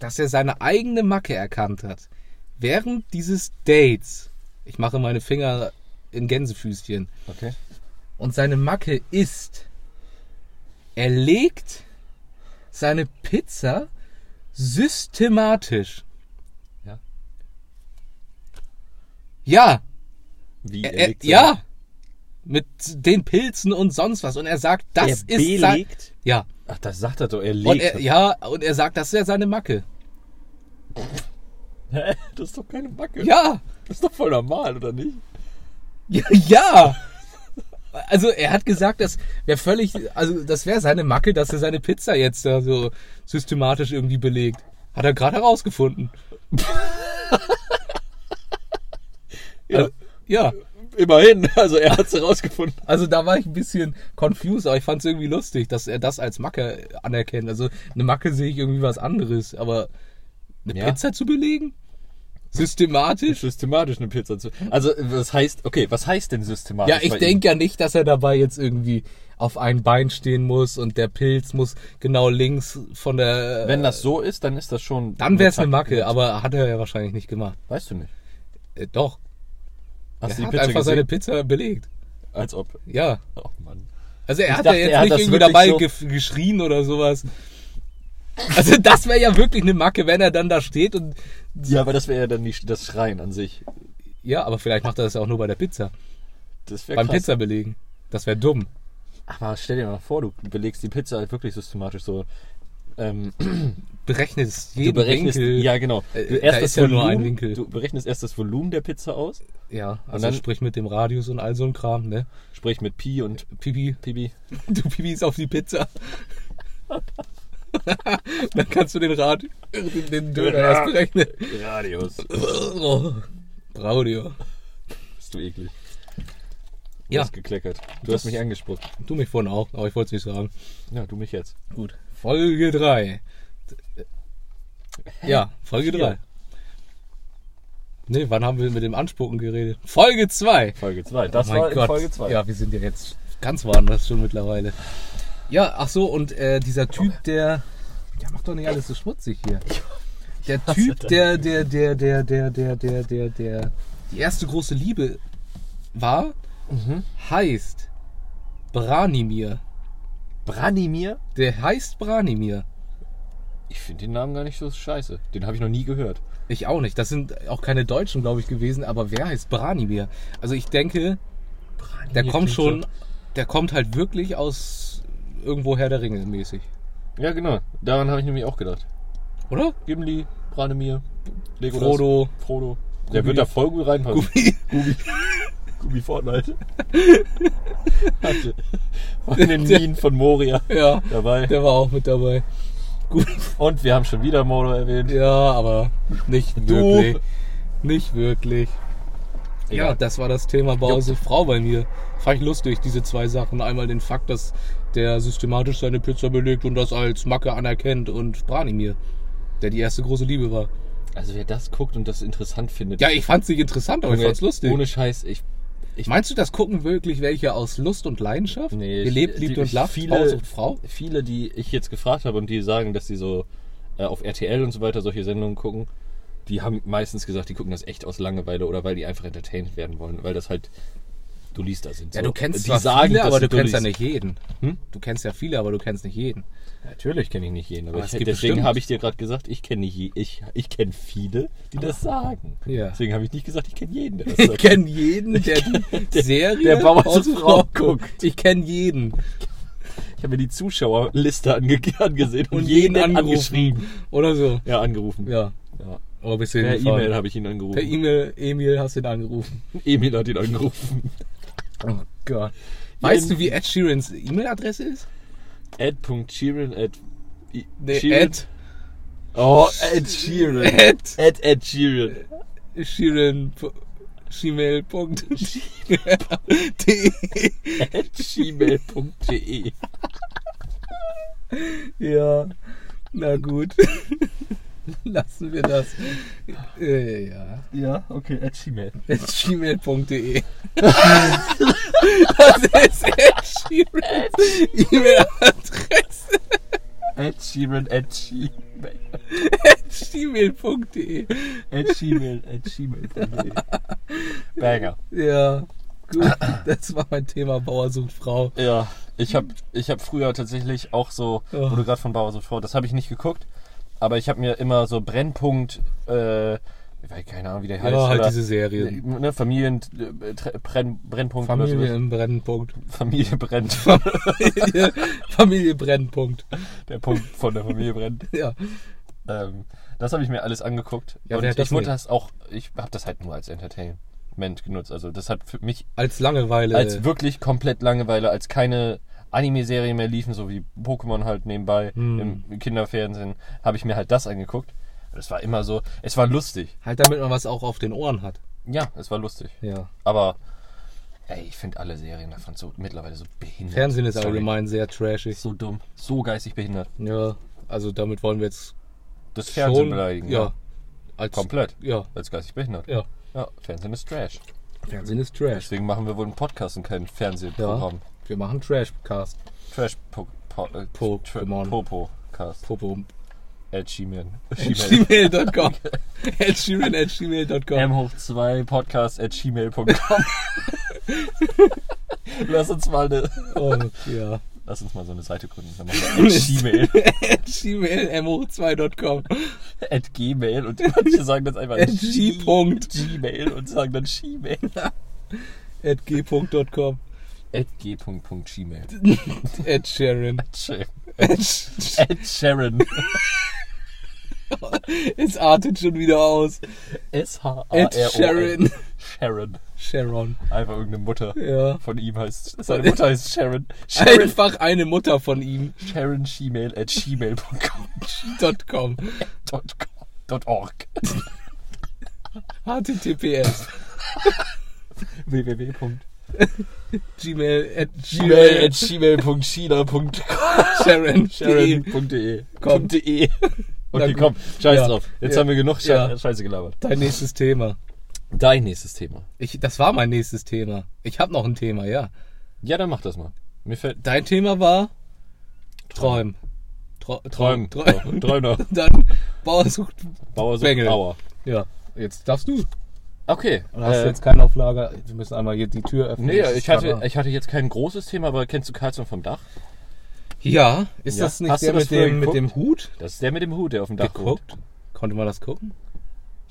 Speaker 2: dass er seine eigene Macke erkannt hat. Während dieses Dates, ich mache meine Finger in Gänsefüßchen,
Speaker 1: Okay.
Speaker 2: und seine Macke ist, er legt seine Pizza systematisch.
Speaker 1: Ja.
Speaker 2: Ja,
Speaker 1: Wie
Speaker 2: er,
Speaker 1: er
Speaker 2: er,
Speaker 1: legt seine-
Speaker 2: ja. Mit den Pilzen und sonst was. Und er sagt, das
Speaker 1: er
Speaker 2: ist sein.
Speaker 1: belegt.
Speaker 2: Ja.
Speaker 1: Ach, das sagt er doch. Er legt.
Speaker 2: Und er, ja, und er sagt, das ist ja seine Macke.
Speaker 1: Hä? Das ist doch keine Backe.
Speaker 2: Ja.
Speaker 1: Das ist doch voll normal, oder nicht?
Speaker 2: Ja, ja. Also er hat gesagt, das wäre völlig, also das wäre seine Macke, dass er seine Pizza jetzt da so systematisch irgendwie belegt. Hat er gerade herausgefunden.
Speaker 1: Ja.
Speaker 2: Also, ja.
Speaker 1: Immerhin, also er hat es herausgefunden.
Speaker 2: Also da war ich ein bisschen confused, aber ich fand es irgendwie lustig, dass er das als Macke anerkennt. Also eine Macke sehe ich irgendwie was anderes, aber eine
Speaker 1: Ja.
Speaker 2: Pizza zu belegen? Systematisch?
Speaker 1: Systematisch eine Pizza zu. Also was heißt, okay, was heißt denn systematisch?
Speaker 2: Ja, ich
Speaker 1: bei ihm?
Speaker 2: denke ja nicht, dass er dabei jetzt irgendwie auf ein Bein stehen muss und der Pilz muss genau links von der...
Speaker 1: Wenn das so ist, dann ist das schon.
Speaker 2: dann wäre es eine
Speaker 1: Taktik.
Speaker 2: Macke, aber hat er ja wahrscheinlich nicht gemacht.
Speaker 1: Weißt du nicht.
Speaker 2: Äh, doch,
Speaker 1: Hast du
Speaker 2: er
Speaker 1: die
Speaker 2: hat
Speaker 1: Pizza
Speaker 2: einfach
Speaker 1: gesehen?
Speaker 2: seine Pizza belegt.
Speaker 1: Als ob.
Speaker 2: Ja,
Speaker 1: Oh Mann.
Speaker 2: also er hat
Speaker 1: dachte,
Speaker 2: ja jetzt
Speaker 1: er hat
Speaker 2: nicht
Speaker 1: das
Speaker 2: irgendwie
Speaker 1: wirklich
Speaker 2: dabei
Speaker 1: so-
Speaker 2: ge- geschrien oder sowas. Also das wäre ja wirklich eine Macke, wenn er dann da steht und...
Speaker 1: Ja, aber das wäre ja dann nicht das Schreien an sich.
Speaker 2: Ja, aber vielleicht macht er das ja auch nur bei der Pizza.
Speaker 1: Das wäre
Speaker 2: beim
Speaker 1: krass.
Speaker 2: Pizza belegen. Das wäre dumm.
Speaker 1: Aber stell dir mal vor, du belegst die Pizza halt wirklich systematisch so. Ähm,
Speaker 2: Berechnest
Speaker 1: du
Speaker 2: jeden
Speaker 1: berechnest,
Speaker 2: Winkel.
Speaker 1: ja genau. Du
Speaker 2: Äh, da ist ja nur ein Winkel.
Speaker 1: Du berechnest erst das Volumen der Pizza aus,
Speaker 2: ja, also
Speaker 1: Und dann-
Speaker 2: sprich mit dem Radius und all so ein Kram, ne?
Speaker 1: sprich mit Pi und
Speaker 2: Pipi,
Speaker 1: Pibi.
Speaker 2: du Pipi ist auf die Pizza. dann kannst du den Rad, den, den Döner erst berechnen.
Speaker 1: Radius.
Speaker 2: Oh, Braudio.
Speaker 1: Bist du eklig. Du
Speaker 2: Ja.
Speaker 1: hast gekleckert. Du
Speaker 2: Das-
Speaker 1: hast mich angesprochen.
Speaker 2: Du mich vorhin auch, aber ich wollte es nicht sagen.
Speaker 1: Ja, du mich jetzt.
Speaker 2: Gut. Folge 3. Ja, Folge
Speaker 1: Vier.
Speaker 2: 3. Ne, wann haben wir mit dem Anspucken geredet? Folge 2.
Speaker 1: Folge 2. Das war in Folge 2.
Speaker 2: Oh Ja, wir sind ja jetzt ganz woanders schon mittlerweile. Ja, ach so, und äh, dieser Typ, der. Ja, mach doch nicht alles so schmutzig hier. Der
Speaker 1: hasse
Speaker 2: Typ,
Speaker 1: deinen
Speaker 2: der, der, der, der, der, der, der, der, der die erste große Liebe war,
Speaker 1: Mhm.
Speaker 2: heißt Branimir.
Speaker 1: Branimir?
Speaker 2: Der heißt Branimir.
Speaker 1: Ich finde den Namen gar nicht so scheiße. Den habe ich noch nie gehört.
Speaker 2: Ich auch nicht. Das sind auch keine Deutschen, glaube ich, gewesen, aber wer heißt Branimir? Also ich denke, der kommt schon, der kommt halt wirklich aus irgendwo Herr der Ringe mäßig.
Speaker 1: Ja, genau. Daran habe ich nämlich auch gedacht.
Speaker 2: Oder?
Speaker 1: Gimli, Branimir, Legolas,
Speaker 2: Frodo.
Speaker 1: Frodo. Der wird da voll gut reinpassen. Gubi. Gubi Fortnite. Hatte. Von den Minen von Moria
Speaker 2: ja,
Speaker 1: dabei.
Speaker 2: der war auch mit dabei. Gut.
Speaker 1: Und wir haben schon wieder Mordor erwähnt.
Speaker 2: Ja, aber nicht wirklich. Nicht wirklich. Ja,
Speaker 1: Egal.
Speaker 2: das war das Thema Bause Frau bei mir. Fand ich lustig, diese zwei Sachen. Einmal den Fakt, dass der systematisch seine Pizza belegt und das als Macke anerkennt und Branimir, der die erste große Liebe war.
Speaker 1: Also wer das guckt und das interessant findet.
Speaker 2: Ja, ich fand's nicht interessant, aber ich
Speaker 1: Junge,
Speaker 2: fand's lustig.
Speaker 1: Ohne Scheiß. Ich, ich,
Speaker 2: Meinst du, das gucken wirklich welche aus Lust und Leidenschaft?
Speaker 1: Nee,
Speaker 2: Gelebt,
Speaker 1: ich-
Speaker 2: liebt
Speaker 1: die-
Speaker 2: und lacht,
Speaker 1: viele-
Speaker 2: Frau sucht Frau?
Speaker 1: viele, die ich jetzt gefragt habe und die sagen, dass sie so äh, auf RTL und so weiter solche Sendungen gucken, die haben meistens gesagt, die gucken das echt aus Langeweile oder weil die einfach entertained werden wollen, weil das halt du liest das sind.
Speaker 2: Ja,
Speaker 1: so.
Speaker 2: du kennst
Speaker 1: die
Speaker 2: zwar
Speaker 1: sagen,
Speaker 2: viele,
Speaker 1: dass
Speaker 2: aber du kennst ja
Speaker 1: liest.
Speaker 2: nicht jeden.
Speaker 1: Hm?
Speaker 2: Du kennst ja viele, aber du kennst nicht jeden.
Speaker 1: Natürlich kenne ich nicht jeden, aber,
Speaker 2: Aber es
Speaker 1: ich,
Speaker 2: gibt
Speaker 1: deswegen
Speaker 2: bestimmt-
Speaker 1: habe ich dir gerade gesagt, ich kenne nicht je, ich ich kenne viele, die das sagen.
Speaker 2: Ah. Ja.
Speaker 1: Deswegen habe ich nicht gesagt, ich kenne jeden, der das
Speaker 2: Ich
Speaker 1: sagt.
Speaker 2: kenne jeden, der die Serie
Speaker 1: der Bauer
Speaker 2: Frau
Speaker 1: sucht
Speaker 2: sucht
Speaker 1: Frau guckt.
Speaker 2: Ich kenne jeden.
Speaker 1: Ich habe mir die Zuschauerliste ange angesehen und,
Speaker 2: Und jeden
Speaker 1: jeden,
Speaker 2: angerufen.
Speaker 1: angeschrieben.
Speaker 2: Oder so.
Speaker 1: Ja, angerufen.
Speaker 2: Ja.
Speaker 1: Ja.
Speaker 2: Aber bist du
Speaker 1: Per
Speaker 2: hingefahren?
Speaker 1: E-Mail habe ich ihn angerufen.
Speaker 2: Per E-Mail, Emil, hast du ihn angerufen.
Speaker 1: Emil hat ihn angerufen.
Speaker 2: Oh Gott. Weißt
Speaker 1: in-
Speaker 2: du, wie Ed Sheerans E-Mail-Adresse ist?
Speaker 1: Ed.Sheeran at. i-
Speaker 2: Nee,
Speaker 1: Sheeran.
Speaker 2: Ed.
Speaker 1: Oh, Ed Sheeran.
Speaker 2: Ed.
Speaker 1: Ed Ed Sheeran.
Speaker 2: Sheeran. Gmail.de
Speaker 1: At gmail.de.
Speaker 2: Ja, na gut. Lassen wir das. Äh, ja.
Speaker 1: Ja, okay, Ed Sheeran.
Speaker 2: At gmail.de. das ist Ed Sheerans E-Mail-Adresse.
Speaker 1: Ed Sheeran at gmail.
Speaker 2: At gmail.de.
Speaker 1: At gmail. At gmail.de. E. Banger.
Speaker 2: Ja, gut. Das war mein Thema Bauer sucht Frau.
Speaker 1: Ja, ich habe ich hab früher tatsächlich auch so,
Speaker 2: Ja.
Speaker 1: wo du gerade von Bauer so vor, das habe ich nicht geguckt, aber ich habe mir immer so Brennpunkt, äh, ich weiß keine Ahnung, wie der heißt. oder-
Speaker 2: halt Serie.
Speaker 1: Ne, Familien, äh, Tre- Brenn, Brennpunkt
Speaker 2: Familie
Speaker 1: oder
Speaker 2: im Brennpunkt.
Speaker 1: so. Familie brennt.
Speaker 2: Familie, Familie Brennpunkt.
Speaker 1: der Punkt von der Familie brennt.
Speaker 2: Ja.
Speaker 1: Ähm, das habe ich mir alles angeguckt.
Speaker 2: Ja,
Speaker 1: und
Speaker 2: wer
Speaker 1: ich
Speaker 2: hat das
Speaker 1: wurde
Speaker 2: nicht?
Speaker 1: das auch, ich habe das halt nur als Entertainment genutzt. Also das hat für mich
Speaker 2: Als Langeweile.
Speaker 1: als wirklich komplett Langeweile, als keine Anime-Serien mehr liefen, so wie Pokémon halt nebenbei
Speaker 2: Hm.
Speaker 1: im Kinderfernsehen, habe ich mir halt das angeguckt. Das war immer so, es war lustig.
Speaker 2: halt damit man was auch auf den Ohren hat.
Speaker 1: Ja, es war lustig.
Speaker 2: Ja.
Speaker 1: Aber Ey, ich finde alle Serien davon so mittlerweile so behindert.
Speaker 2: Fernsehen ist
Speaker 1: Sorry.
Speaker 2: allgemein sehr trashig.
Speaker 1: So dumm. So geistig behindert.
Speaker 2: Ja, also damit wollen wir jetzt
Speaker 1: Das Fernsehen
Speaker 2: schon,
Speaker 1: beleidigen.
Speaker 2: Ja,
Speaker 1: ne?
Speaker 2: als,
Speaker 1: Komplett.
Speaker 2: ja,
Speaker 1: Als geistig behindert.
Speaker 2: ja.
Speaker 1: Ja, Fernsehen ist Trash.
Speaker 2: Fernsehen ist Trash.
Speaker 1: Deswegen machen wir wohl einen Podcast und kein Fernsehprogramm.
Speaker 2: Wir machen Trashcast.
Speaker 1: Trash po, po, äh,
Speaker 2: Po-
Speaker 1: Tra-
Speaker 2: Pokémon.
Speaker 1: Popo-Cast. Äh,
Speaker 2: Popo.
Speaker 1: At Gmail.
Speaker 2: Gmail.com. At Sheeran at Gmail.com.
Speaker 1: M hoch 2 Podcast at gmail.com. lass uns mal eine,
Speaker 2: Und Oh, ja.
Speaker 1: lass uns mal so eine Seite gründen. Dann machen wir at Gmail.
Speaker 2: At Gmail mo2.com.
Speaker 1: At Gmail und manche sagen das einfach
Speaker 2: At
Speaker 1: G-
Speaker 2: G. Punkt.
Speaker 1: Gmail und sagen dann Gmail.
Speaker 2: At g.com.
Speaker 1: At g.gmail.
Speaker 2: At Sharon.
Speaker 1: Schön.
Speaker 2: At,
Speaker 1: At Sharon.
Speaker 2: es artet schon wieder aus. At
Speaker 1: S-H-A-R-O-N.
Speaker 2: Sharon.
Speaker 1: Sharon.
Speaker 2: Sharon.
Speaker 1: Einfach irgendeine Mutter.
Speaker 2: Ja.
Speaker 1: Von ihm heißt, seine Mutter heißt Sharon. Sharon,
Speaker 2: Einfach eine Mutter von ihm.
Speaker 1: Sharon Gmail at gmail.com.
Speaker 2: Dot .com.
Speaker 1: Dot com. Dot org.
Speaker 2: HTTPS.
Speaker 1: www.
Speaker 2: Gmail at
Speaker 1: Gmail
Speaker 2: Gmail.
Speaker 1: at gmail.china.com.
Speaker 2: Sharon.
Speaker 1: Sharon.de.
Speaker 2: Komm.
Speaker 1: .de.
Speaker 2: Na
Speaker 1: Okay,
Speaker 2: gut.
Speaker 1: komm, scheiß
Speaker 2: Ja.
Speaker 1: drauf. Jetzt
Speaker 2: Ja.
Speaker 1: haben wir genug Sche
Speaker 2: Ja.
Speaker 1: Scheiße gelabert.
Speaker 2: Dein nächstes Thema.
Speaker 1: Dein nächstes Thema.
Speaker 2: Ich, das war mein nächstes Thema. Ich habe noch ein Thema, ja.
Speaker 1: Ja, dann mach das mal. Mir fällt.
Speaker 2: Dein Thema war Träumen. Trau-
Speaker 1: Träumen.
Speaker 2: Träumen.
Speaker 1: Träumer.
Speaker 2: Dann Bauer sucht.
Speaker 1: Bauer sucht
Speaker 2: Bengel.
Speaker 1: Bauer.
Speaker 2: Ja, jetzt darfst du.
Speaker 1: Okay.
Speaker 2: Oder hast
Speaker 1: äh,
Speaker 2: du jetzt keinen auf Lager? Wir müssen einmal hier die Tür öffnen.
Speaker 1: nee,
Speaker 2: Das ist
Speaker 1: ich hatte,
Speaker 2: Hammer.
Speaker 1: ich hatte jetzt kein großes Thema, aber kennst du Karlsson vom Dach?
Speaker 2: ja, ist
Speaker 1: Ja.
Speaker 2: das nicht
Speaker 1: Hast du
Speaker 2: der
Speaker 1: das
Speaker 2: mit
Speaker 1: früher
Speaker 2: dem, mit
Speaker 1: geguckt?
Speaker 2: dem Hut?
Speaker 1: Das ist der mit dem Hut, der auf dem Dach wohnt.
Speaker 2: Konnte man das gucken?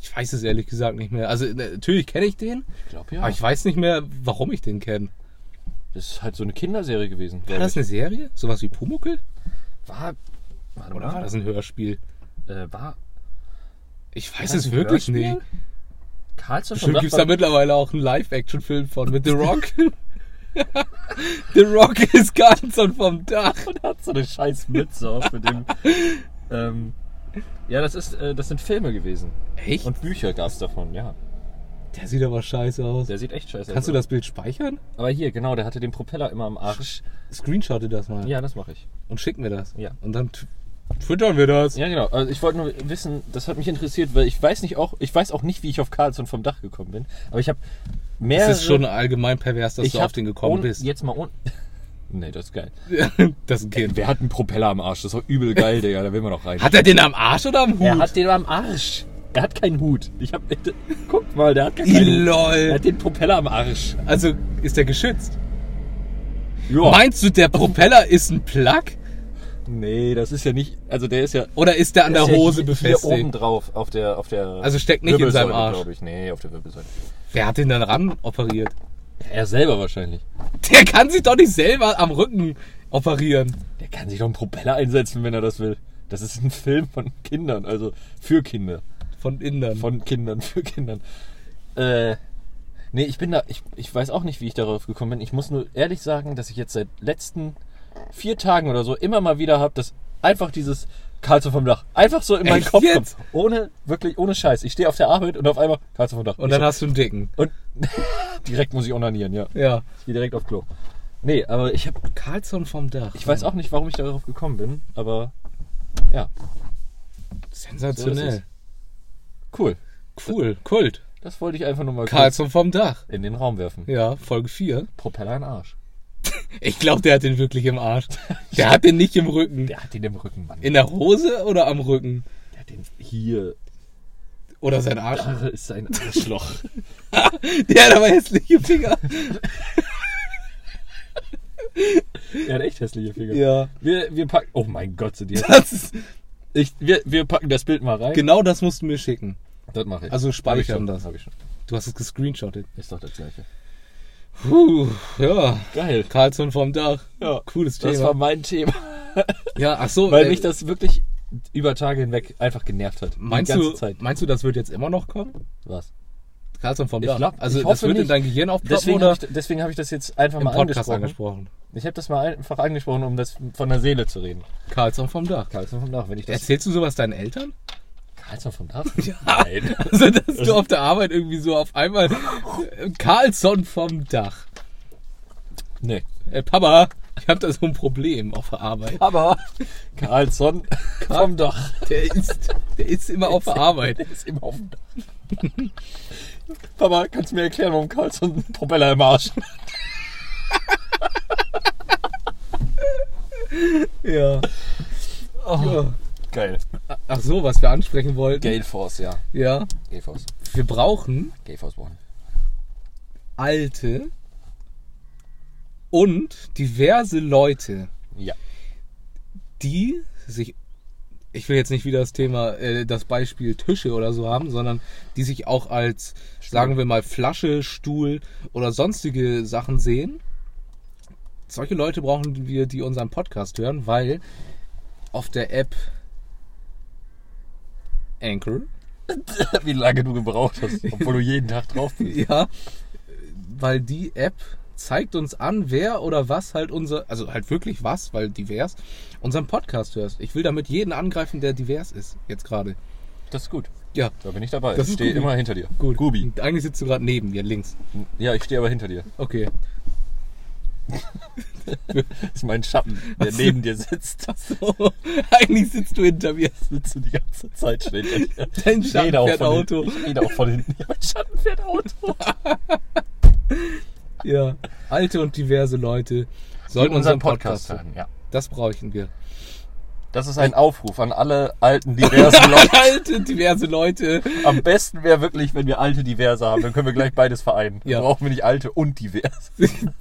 Speaker 2: Ich weiß es ehrlich gesagt nicht mehr. Also natürlich kenne ich den,
Speaker 1: Ich glaube ja.
Speaker 2: aber Ah, ich weiß nicht mehr, warum ich den kenne.
Speaker 1: das ist halt so eine Kinderserie gewesen.
Speaker 2: War
Speaker 1: glaub
Speaker 2: das
Speaker 1: ich.
Speaker 2: eine Serie? Sowas wie Pumuckel?
Speaker 1: War. Warte
Speaker 2: Oder war
Speaker 1: mal.
Speaker 2: das ein Hörspiel?
Speaker 1: Äh, war.
Speaker 2: Ich weiß
Speaker 1: das
Speaker 2: es
Speaker 1: ein
Speaker 2: wirklich
Speaker 1: Hörspiel?
Speaker 2: nicht.
Speaker 1: Karlsson vom
Speaker 2: Bestimmt
Speaker 1: Dach.
Speaker 2: gibt es
Speaker 1: war-
Speaker 2: da mittlerweile auch einen Live-Action-Film von mit The Rock. The Rock ist Ganson vom Dach.
Speaker 1: und hat so eine scheiß Mütze auf mit dem. Ähm, ja, das ist, äh, das sind Filme gewesen.
Speaker 2: Echt?
Speaker 1: Und Bücher gab es davon, ja.
Speaker 2: der sieht aber scheiße aus.
Speaker 1: Der sieht echt scheiße
Speaker 2: Kannst du
Speaker 1: aus.
Speaker 2: das Bild speichern?
Speaker 1: Aber hier, genau, der hatte den Propeller immer am Arsch.
Speaker 2: Screenshotte das mal
Speaker 1: Ja, das mache ich.
Speaker 2: und schick mir das.
Speaker 1: Ja.
Speaker 2: Und dann tw- twittern wir das.
Speaker 1: Ja, genau. Also ich wollte nur wissen, das hat mich interessiert, weil ich weiß nicht auch, ich weiß auch nicht, wie ich auf Karlsson vom Dach gekommen bin. Aber ich habe mehrere.
Speaker 2: Es ist schon allgemein pervers, dass
Speaker 1: ich
Speaker 2: du auf
Speaker 1: hab
Speaker 2: den gekommen
Speaker 1: ohn-
Speaker 2: bist.
Speaker 1: Jetzt mal ohne. Nee, das ist geil.
Speaker 2: das ist ein Kind.
Speaker 1: Wer hat einen Propeller am Arsch? Das ist doch übel geil, Digga. Da will man doch rein.
Speaker 2: Hat er den am Arsch oder am Hut?
Speaker 1: er hat den am Arsch. Er hat keinen Hut. Ich hab. Guck mal, der hat gar
Speaker 2: Ih,
Speaker 1: keinen Hut. Er
Speaker 2: lol.
Speaker 1: hat den Propeller am Arsch.
Speaker 2: Also ist der geschützt.
Speaker 1: Ja.
Speaker 2: Meinst du, der Propeller ist ein Plug?
Speaker 1: nee, das ist ja nicht. Also der ist ja.
Speaker 2: Oder ist der an der
Speaker 1: ist ja
Speaker 2: Hose
Speaker 1: hier,
Speaker 2: befestigt?
Speaker 1: Hier oben drauf, auf der, auf der.
Speaker 2: Also steckt nicht in seinem
Speaker 1: Wirbelsäule,
Speaker 2: Arsch.
Speaker 1: glaub ich. Nee, auf der Wirbelsäule.
Speaker 2: Wer hat den dann ran operiert?
Speaker 1: Er selber wahrscheinlich.
Speaker 2: Der kann sich doch nicht selber am Rücken operieren.
Speaker 1: Der kann sich doch einen Propeller einsetzen, wenn er das will. Das ist ein Film von Kindern, also für Kinder.
Speaker 2: Von Indern.
Speaker 1: Von Kindern für Kindern. Äh. Nee, ich bin da. Ich, ich weiß auch nicht, wie ich darauf gekommen bin. Ich muss nur ehrlich sagen, dass ich jetzt seit letzten vier Tagen oder so immer mal wieder habe, dass einfach dieses Karlsson vom Dach einfach so in meinen
Speaker 2: Echt
Speaker 1: Kopf
Speaker 2: jetzt?
Speaker 1: kommt. Ohne, wirklich, ohne Scheiß. Ich stehe auf der Arbeit und auf einmal Karlsson vom Dach.
Speaker 2: und
Speaker 1: Ich
Speaker 2: dann hast du einen dicken.
Speaker 1: Und direkt muss ich onanieren, ja.
Speaker 2: Ja.
Speaker 1: Ich gehe direkt auf Klo. Nee, aber ich hab,
Speaker 2: Carlson vom Dach.
Speaker 1: ich weiß auch nicht, warum ich darauf gekommen bin, aber ja,
Speaker 2: Sensationell.
Speaker 1: cool. äh,
Speaker 2: cool. Kult.
Speaker 1: Das wollte ich einfach nur mal kurz
Speaker 2: Carlson vom Dach.
Speaker 1: in den Raum werfen.
Speaker 2: Ja, Folge 4.
Speaker 1: Propeller in den Arsch.
Speaker 2: Ich glaube, der hat den wirklich im Arsch. Der hat den nicht im Rücken.
Speaker 1: Der hat den im Rücken, Mann.
Speaker 2: In der Hose oder am Rücken?
Speaker 1: Der hat den hier.
Speaker 2: Oder sein Arsch.
Speaker 1: Arre ist sein Arschloch.
Speaker 2: Der hat aber hässliche Finger.
Speaker 1: er hat echt hässliche Finger.
Speaker 2: Ja.
Speaker 1: Wir, wir packen. Oh mein Gott, sind die.
Speaker 2: Das ist,
Speaker 1: Ich, wir, wir packen das Bild mal rein.
Speaker 2: genau das musst du mir schicken.
Speaker 1: Das mache ich.
Speaker 2: Also
Speaker 1: Hab ich
Speaker 2: speichern
Speaker 1: schon,
Speaker 2: das.
Speaker 1: Hab ich schon.
Speaker 2: Du hast es gescreenshottet.
Speaker 1: Ist doch das gleiche.
Speaker 2: Puh, ja.
Speaker 1: Geil.
Speaker 2: Carlson vom Dach.
Speaker 1: Ja.
Speaker 2: Cooles
Speaker 1: Das war
Speaker 2: Thema.
Speaker 1: mein Thema.
Speaker 2: Ja, ach so.
Speaker 1: Weil
Speaker 2: äh,
Speaker 1: mich das wirklich über Tage hinweg einfach genervt hat.
Speaker 2: Meinst
Speaker 1: die ganze
Speaker 2: du,
Speaker 1: Zeit.
Speaker 2: meinst du, das wird jetzt immer noch kommen?
Speaker 1: Was?
Speaker 2: Carlson vom
Speaker 1: Ich
Speaker 2: Dach.
Speaker 1: glaub-
Speaker 2: also
Speaker 1: ich
Speaker 2: das
Speaker 1: hoffe
Speaker 2: wird in
Speaker 1: nicht.
Speaker 2: dein Gehirn aufploppen
Speaker 1: Deswegen habe
Speaker 2: oder
Speaker 1: ich, deswegen hab ich das jetzt einfach
Speaker 2: im
Speaker 1: mal
Speaker 2: Podcast
Speaker 1: angesprochen.
Speaker 2: angesprochen?
Speaker 1: Ich habe das mal einfach angesprochen, um das von der Seele zu reden.
Speaker 2: Carlson vom Dach.
Speaker 1: Karlsson vom Dach, wenn ich das.
Speaker 2: Erzählst du sowas deinen Eltern?
Speaker 1: Karlsson vom Dach? Nein.
Speaker 2: Also, dass du auf der Arbeit irgendwie so auf einmal Carlson äh, vom Dach.
Speaker 1: Nee.
Speaker 2: Ey, Papa, ich hab da so ein Problem auf der Arbeit.
Speaker 1: Aber Karlsson, komm doch.
Speaker 2: Der ist, der ist immer auf der Arbeit.
Speaker 1: Der ist immer auf dem Dach. Papa, kannst du mir erklären, warum Karlsson einen Propeller im Arsch hat? Ja.
Speaker 2: Ja.
Speaker 1: Geil.
Speaker 2: Oh. Ach so, was wir ansprechen wollten.
Speaker 1: Gale Force, ja.
Speaker 2: Ja.
Speaker 1: Gale Force.
Speaker 2: Wir brauchen
Speaker 1: Gale Force One.
Speaker 2: alte und diverse Leute,
Speaker 1: Ja.
Speaker 2: die sich, ich will jetzt nicht wieder das Thema, äh, das Beispiel Tische oder so haben, sondern die sich auch als, sagen wir mal, Flasche, Stuhl oder sonstige Sachen sehen. Solche Leute brauchen wir, die unseren Podcast hören, weil auf der App Anchor
Speaker 1: Wie lange du gebraucht hast, obwohl du jeden Tag drauf bist.
Speaker 2: Ja, weil die App zeigt uns an, wer oder was halt unser, also halt wirklich was, weil divers, unseren Podcast hörst. Ich will damit jeden angreifen, der divers ist, jetzt gerade.
Speaker 1: Das ist gut.
Speaker 2: Ja,
Speaker 1: Da bin ich dabei.
Speaker 2: Das
Speaker 1: ich
Speaker 2: ist
Speaker 1: stehe
Speaker 2: Gubi.
Speaker 1: immer hinter dir.
Speaker 2: gut.
Speaker 1: Gubi.
Speaker 2: Und Eigentlich sitzt du gerade neben mir, links.
Speaker 1: Ja, ich stehe aber hinter dir.
Speaker 2: Okay.
Speaker 1: Das ist mein Schatten, der
Speaker 2: Ach so.
Speaker 1: neben dir sitzt. Das
Speaker 2: So, eigentlich sitzt du hinter mir.
Speaker 1: sitzt du die ganze Zeit schon hinter dir.
Speaker 2: Dein
Speaker 1: Ich rede auch
Speaker 2: Schatten fährt
Speaker 1: von
Speaker 2: Auto.
Speaker 1: Hinten. Ich rede auch von hinten. Ja, mein Schatten fährt Auto.
Speaker 2: Ja, alte und diverse Leute sollten unseren Podcast hören.
Speaker 1: ja.
Speaker 2: Das brauchen wir.
Speaker 1: Das ist ein Aufruf an alle alten, diversen Leute.
Speaker 2: alte, diverse Leute.
Speaker 1: Am besten wäre wirklich, wenn wir alte diverse haben. Dann können wir gleich beides vereinen.
Speaker 2: Ja.
Speaker 1: Dann brauchen wir nicht alte und divers.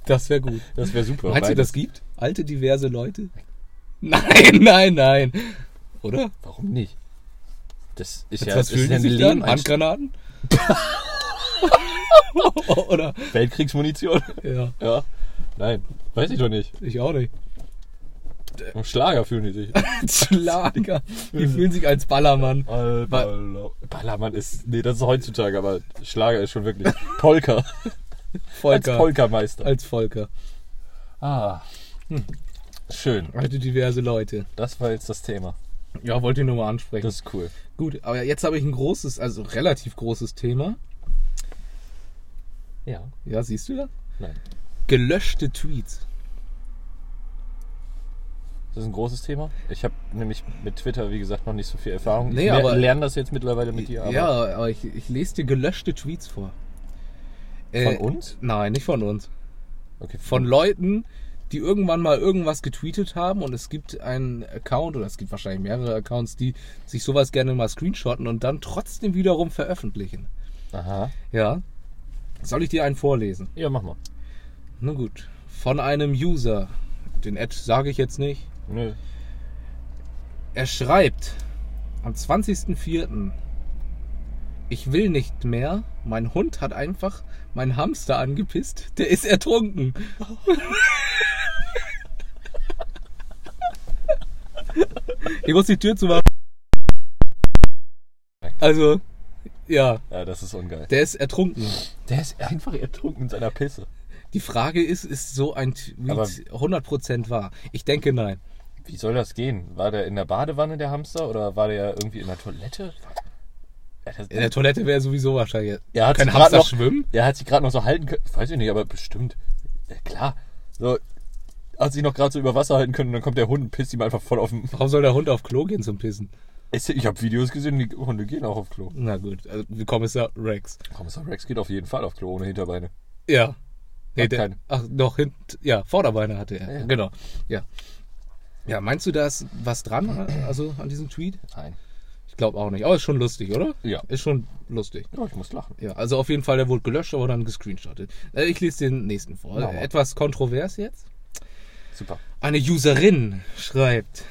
Speaker 2: Das wäre gut.
Speaker 1: Das wäre super.
Speaker 2: Meinst du,
Speaker 1: Beides.
Speaker 2: das gibt? Alte, diverse Leute? Nein, nein, nein. Oder?
Speaker 1: Warum nicht? Das ist ja,
Speaker 2: was
Speaker 1: das ist
Speaker 2: fühlen
Speaker 1: ja
Speaker 2: die
Speaker 1: ein
Speaker 2: sich dann?
Speaker 1: Leben. ein
Speaker 2: Handgranaten? Oder?
Speaker 1: Weltkriegsmunition.
Speaker 2: Ja,
Speaker 1: Ja. Nein. Weiß ich doch nicht.
Speaker 2: ich auch nicht. Äh.
Speaker 1: Am Schlager fühlen die sich.
Speaker 2: Schlager. Die fühlen sich als Ballermann.
Speaker 1: Al-
Speaker 2: Ba-
Speaker 1: Baller- Ballermann ist. Nee, das ist heutzutage, aber Schlager ist schon wirklich. Polka. Als
Speaker 2: Volker.
Speaker 1: Polkameister.
Speaker 2: Als Volker.
Speaker 1: Ah. Schön.
Speaker 2: Alte, diverse Leute.
Speaker 1: Das war jetzt das Thema.
Speaker 2: Ja, wollte ich nur mal ansprechen.
Speaker 1: Das ist cool.
Speaker 2: Gut, aber jetzt habe ich ein großes, also relativ großes Thema.
Speaker 1: Ja.
Speaker 2: Ja, siehst du das?
Speaker 1: Nein.
Speaker 2: Gelöschte Tweets.
Speaker 1: Das ist ein großes Thema. Ich habe nämlich mit Twitter, wie gesagt, noch nicht so viel Erfahrung.
Speaker 2: Nee,
Speaker 1: ich mer-
Speaker 2: aber-
Speaker 1: lerne das jetzt mittlerweile mit dir. aber-
Speaker 2: ja, aber ich, ich lese dir gelöschte Tweets vor. Äh,
Speaker 1: uns?
Speaker 2: Nein, nicht von uns.
Speaker 1: Okay.
Speaker 2: Von Leuten, die irgendwann mal irgendwas getweetet haben und es gibt einen Account oder es gibt wahrscheinlich mehrere Accounts, die sich sowas gerne mal screenshotten und dann trotzdem wiederum veröffentlichen.
Speaker 1: Aha.
Speaker 2: Ja. Soll ich dir einen vorlesen?
Speaker 1: Ja, mach mal.
Speaker 2: Na gut. Von einem User. Den Ad sage ich jetzt nicht.
Speaker 1: Nö.
Speaker 2: Er schreibt am 20.04. Ich will nicht mehr. Mein Hund hat einfach meinen Hamster angepisst. Der ist ertrunken. ich muss die Tür zumachen. Also, ja,
Speaker 1: Ja, das ist ungeil.
Speaker 2: der ist ertrunken.
Speaker 1: Der ist einfach ertrunken in seiner Pisse.
Speaker 2: Die Frage ist, ist so ein Tweet
Speaker 1: Aber-
Speaker 2: 100% wahr? Ich denke nein.
Speaker 1: Wie soll das gehen? War der in der Badewanne, der Hamster? Oder war der irgendwie in der Toilette? Ja, das-
Speaker 2: In der Toilette wäre sowieso wahrscheinlich.
Speaker 1: Er hat
Speaker 2: Kann
Speaker 1: sich grad
Speaker 2: Hamster
Speaker 1: noch-
Speaker 2: schwimmen?
Speaker 1: Der hat sich gerade noch so halten können. Weiß ich nicht, aber bestimmt. Ja, klar. So, hat sich noch gerade so über Wasser halten können und dann kommt der Hund und pisst ihm einfach voll auf den.
Speaker 2: Warum soll der Hund auf Klo gehen zum Pissen?
Speaker 1: Es- Ich habe Videos gesehen, die Hunde gehen auch auf Klo.
Speaker 2: Na gut, also wie Kommissar Rex.
Speaker 1: Kommissar Rex geht auf jeden Fall auf Klo ohne Hinterbeine.
Speaker 2: Ja. Nee,
Speaker 1: Hat
Speaker 2: der,
Speaker 1: keine.
Speaker 2: ach, doch, hint, ja, Vorderbeine hatte er.
Speaker 1: Ja.
Speaker 2: Genau. Ja. Ja, meinst du, da ist was dran, also an diesem Tweet?
Speaker 1: Nein.
Speaker 2: Ich glaube auch nicht. Aber ist schon lustig, oder?
Speaker 1: Ja.
Speaker 2: Ist schon lustig.
Speaker 1: Ja, ich muss lachen.
Speaker 2: Ja, also auf jeden Fall, der wurde gelöscht, aber dann gescreenshottet. Äh, Ich lese den nächsten vor.
Speaker 1: Mach mal.
Speaker 2: Etwas kontrovers jetzt.
Speaker 1: Super.
Speaker 2: Eine Userin schreibt: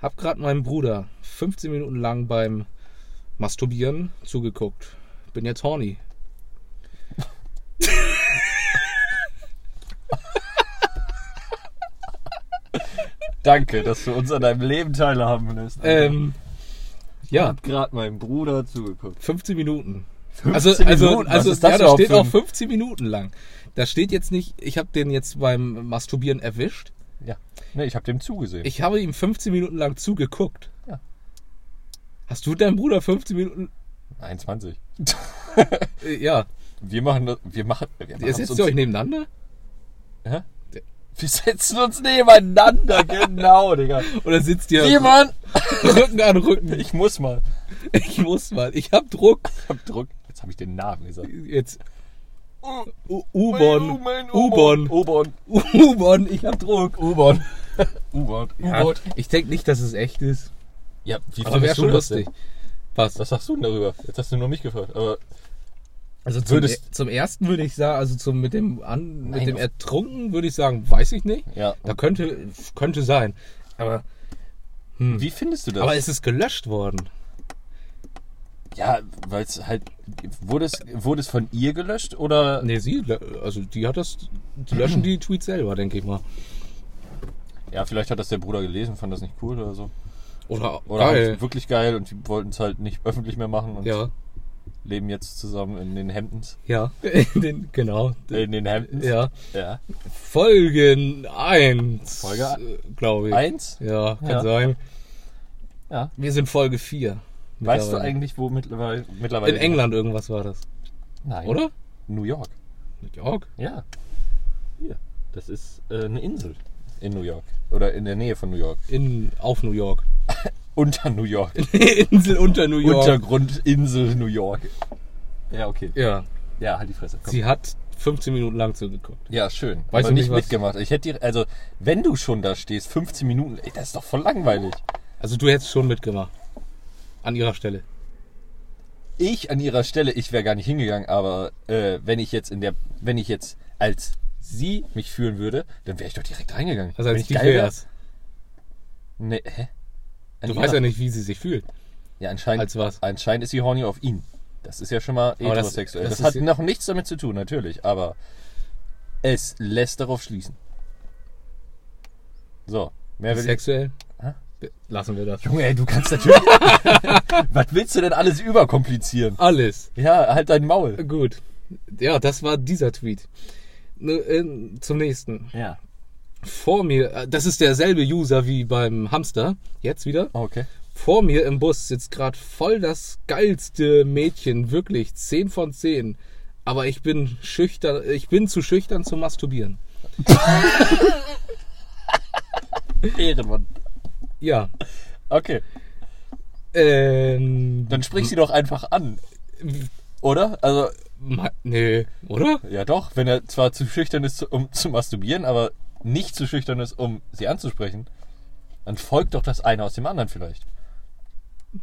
Speaker 2: Hab grad meinem Bruder 15 Minuten lang beim Masturbieren zugeguckt. Bin jetzt horny.
Speaker 1: Danke, dass du uns an deinem Leben teilhaben lässt.
Speaker 2: Ähm,
Speaker 1: ich
Speaker 2: ja,
Speaker 1: hab gerade meinem Bruder zugeguckt.
Speaker 2: 15 Minuten.
Speaker 1: 15
Speaker 2: also, also,
Speaker 1: Minuten? Was
Speaker 2: also,
Speaker 1: ist das
Speaker 2: ja, da
Speaker 1: überhaupt
Speaker 2: steht
Speaker 1: für ein-
Speaker 2: auch 15 Minuten lang. Da steht jetzt nicht, ich habe den jetzt beim Masturbieren erwischt.
Speaker 1: Ja. Nee, ich habe dem zugesehen.
Speaker 2: Ich habe ihm 15 Minuten lang zugeguckt.
Speaker 1: Ja.
Speaker 2: Hast du deinem Bruder 15 Minuten?
Speaker 1: 21.
Speaker 2: Äh, ja.
Speaker 1: Wir machen das. Wir machen. Wir
Speaker 2: Ihr
Speaker 1: machen's
Speaker 2: setzt
Speaker 1: uns-
Speaker 2: ihr euch nebeneinander?
Speaker 1: Hä?
Speaker 2: Der-
Speaker 1: Wir setzen uns nebeneinander, genau, Digga.
Speaker 2: Oder sitzt ihr
Speaker 1: Simon!
Speaker 2: Rücken an Rücken?
Speaker 1: Ich muss mal.
Speaker 2: Ich muss mal. Ich hab Druck.
Speaker 1: Ich hab Druck. Jetzt habe ich den Namen gesagt.
Speaker 2: Jetzt.
Speaker 1: U-
Speaker 2: U- U-Bahn.
Speaker 1: Mein
Speaker 2: U-Bahn.
Speaker 1: U-Bahn.
Speaker 2: U-Bahn. Ich hab Druck.
Speaker 1: U-Bahn. U-Bahn.
Speaker 2: Ja,
Speaker 1: U-Bahn.
Speaker 2: ich denke nicht, dass es echt ist.
Speaker 1: Ja, wie
Speaker 2: Aber wäre
Speaker 1: findest du
Speaker 2: schon
Speaker 1: das
Speaker 2: lustig.
Speaker 1: denn?
Speaker 2: Was?
Speaker 1: Was sagst du denn darüber? Jetzt hast du nur mich gefragt. Aber
Speaker 2: Also zum,
Speaker 1: Würdest-
Speaker 2: e- zum ersten würde ich sagen, also zum mit dem
Speaker 1: Nein,
Speaker 2: an, mit dem
Speaker 1: auf-
Speaker 2: Ertrunken würde ich sagen, weiß ich nicht.
Speaker 1: ja.
Speaker 2: Da könnte könnte sein. Aber
Speaker 1: Wie findest du das?
Speaker 2: aber es ist gelöscht worden.
Speaker 1: ja, weil es halt. Wurde es, wurde es von ihr gelöscht oder.
Speaker 2: Nee, sie lö- also die hat das die löschen die Tweets selber, denke ich mal.
Speaker 1: Ja, vielleicht hat das der Bruder gelesen, fand das nicht cool oder so.
Speaker 2: Oder,
Speaker 1: Oder
Speaker 2: geil.
Speaker 1: haben's wirklich geil und die wollten es halt nicht öffentlich mehr machen und
Speaker 2: Ja,
Speaker 1: leben jetzt zusammen in den Hamptons. äh,
Speaker 2: ja. Den, genau.
Speaker 1: In den Hamptons?
Speaker 2: Ja.
Speaker 1: ja.
Speaker 2: Folgen 1.
Speaker 1: Folge
Speaker 2: glaube ich.
Speaker 1: Eins?
Speaker 2: Ja, kann
Speaker 1: Ja.
Speaker 2: sein.
Speaker 1: Ja.
Speaker 2: Wir sind Folge 4.
Speaker 1: Weißt du eigentlich, wo mittlerweile. mittlerweile
Speaker 2: In England irgendwas war das,
Speaker 1: Nein.
Speaker 2: oder?
Speaker 1: New York.
Speaker 2: New York.
Speaker 1: Ja. Hier. Das ist äh, eine Insel in New York. Oder in der Nähe von New York.
Speaker 2: In, auf New York.
Speaker 1: Unter New York.
Speaker 2: Insel unter New York.
Speaker 1: Untergrundinsel New York. Ja, okay.
Speaker 2: ja,
Speaker 1: Ja, halt die Fresse. Komm.
Speaker 2: sie hat 15 Minuten lang zugeguckt.
Speaker 1: Ja, schön.
Speaker 2: Weißt
Speaker 1: Aber
Speaker 2: du
Speaker 1: nicht
Speaker 2: nicht, was-
Speaker 1: mitgemacht. Ich hätte dir, also, wenn du schon da stehst, 15 Minuten, ey, das ist doch voll langweilig.
Speaker 2: Also du hättest schon mitgemacht. An ihrer Stelle.
Speaker 1: Ich an ihrer Stelle, ich wäre gar nicht hingegangen, aber äh, wenn ich jetzt in der, wenn ich jetzt als sie mich fühlen würde, dann wäre ich doch direkt reingegangen.
Speaker 2: Also
Speaker 1: wenn
Speaker 2: als
Speaker 1: ich
Speaker 2: die
Speaker 1: wär-
Speaker 2: wär's.
Speaker 1: Nee, hä? An
Speaker 2: Du
Speaker 1: ihrer-
Speaker 2: weißt ja nicht, wie sie sich fühlt.
Speaker 1: Ja, anscheinend,
Speaker 2: Als was?
Speaker 1: anscheinend ist sie horny auf ihn. Das ist ja schon mal
Speaker 2: das-
Speaker 1: heterosexuell.
Speaker 2: das
Speaker 1: Das,
Speaker 2: ist
Speaker 1: hat
Speaker 2: ja-
Speaker 1: noch nichts damit zu tun, natürlich, aber es lässt darauf schließen. So, mehr will ich.
Speaker 2: Sexuell.
Speaker 1: Hä?
Speaker 2: Be- Lassen wir das.
Speaker 1: Junge, ey, du kannst natürlich. was willst du denn alles überkomplizieren?
Speaker 2: Alles.
Speaker 1: Ja, halt dein Maul.
Speaker 2: Gut. Ja, das war dieser Tweet. Ne, äh, Zum nächsten.
Speaker 1: Ja.
Speaker 2: Vor mir, äh, das ist derselbe User wie beim Hamster, jetzt wieder.
Speaker 1: Ah, Okay.
Speaker 2: Vor mir im Bus sitzt gerade voll das geilste Mädchen, wirklich 10 von 10. Aber ich bin schüchtern, ich bin zu schüchtern zu masturbieren.
Speaker 1: Ehrenmann.
Speaker 2: Ja.
Speaker 1: Okay.
Speaker 2: Ähm.
Speaker 1: Dann sprich sie doch einfach an. Oder? Also,
Speaker 2: ma- Nee, oder?
Speaker 1: ja doch, wenn er zwar zu schüchtern ist, um zu masturbieren, aber nicht zu schüchtern ist, um sie anzusprechen, dann folgt doch das eine aus dem anderen vielleicht.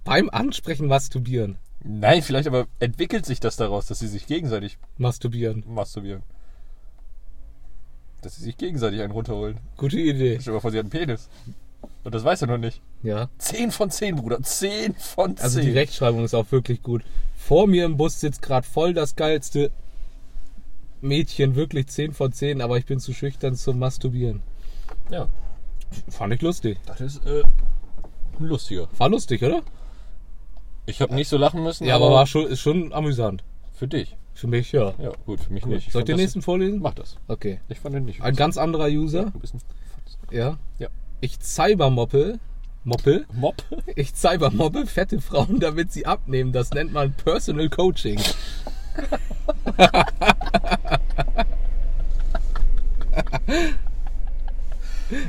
Speaker 2: Beim Ansprechen masturbieren.
Speaker 1: Nein, vielleicht aber entwickelt sich das daraus, dass sie sich gegenseitig
Speaker 2: Masturbieren.
Speaker 1: masturbieren. Dass sie sich gegenseitig einen runterholen.
Speaker 2: Gute Idee.
Speaker 1: Ich stell mal vor, sie hat einen Penis. Und das weiß er noch nicht.
Speaker 2: Ja.
Speaker 1: Zehn von zehn, Bruder. Zehn von zehn.
Speaker 2: Also die Rechtschreibung ist auch wirklich gut. Vor mir im Bus sitzt gerade voll das geilste Mädchen, wirklich 10 von 10, aber ich bin zu schüchtern zum Masturbieren.
Speaker 1: Ja,
Speaker 2: Fand ich lustig.
Speaker 1: das ist äh, lustiger.
Speaker 2: War lustig, oder?
Speaker 1: Ich habe nicht so lachen müssen,
Speaker 2: Ja, aber
Speaker 1: aber,
Speaker 2: war schon, ist schon amüsant.
Speaker 1: für dich.
Speaker 2: Für mich, ja.
Speaker 1: Ja, gut, für mich
Speaker 2: Gut.
Speaker 1: nicht. Ich
Speaker 2: Soll
Speaker 1: fand
Speaker 2: ich den
Speaker 1: das-
Speaker 2: nächsten vorlesen?
Speaker 1: Mach das.
Speaker 2: Okay.
Speaker 1: Ich fand den nicht.
Speaker 2: Ein ganz anderer User.
Speaker 1: Du bist ein
Speaker 2: Ja.
Speaker 1: Ja.
Speaker 2: Ich cybermoppe. Moppel.
Speaker 1: Mob.
Speaker 2: Ich cybermoppe fette Frauen, damit sie abnehmen. Das nennt man Personal Coaching.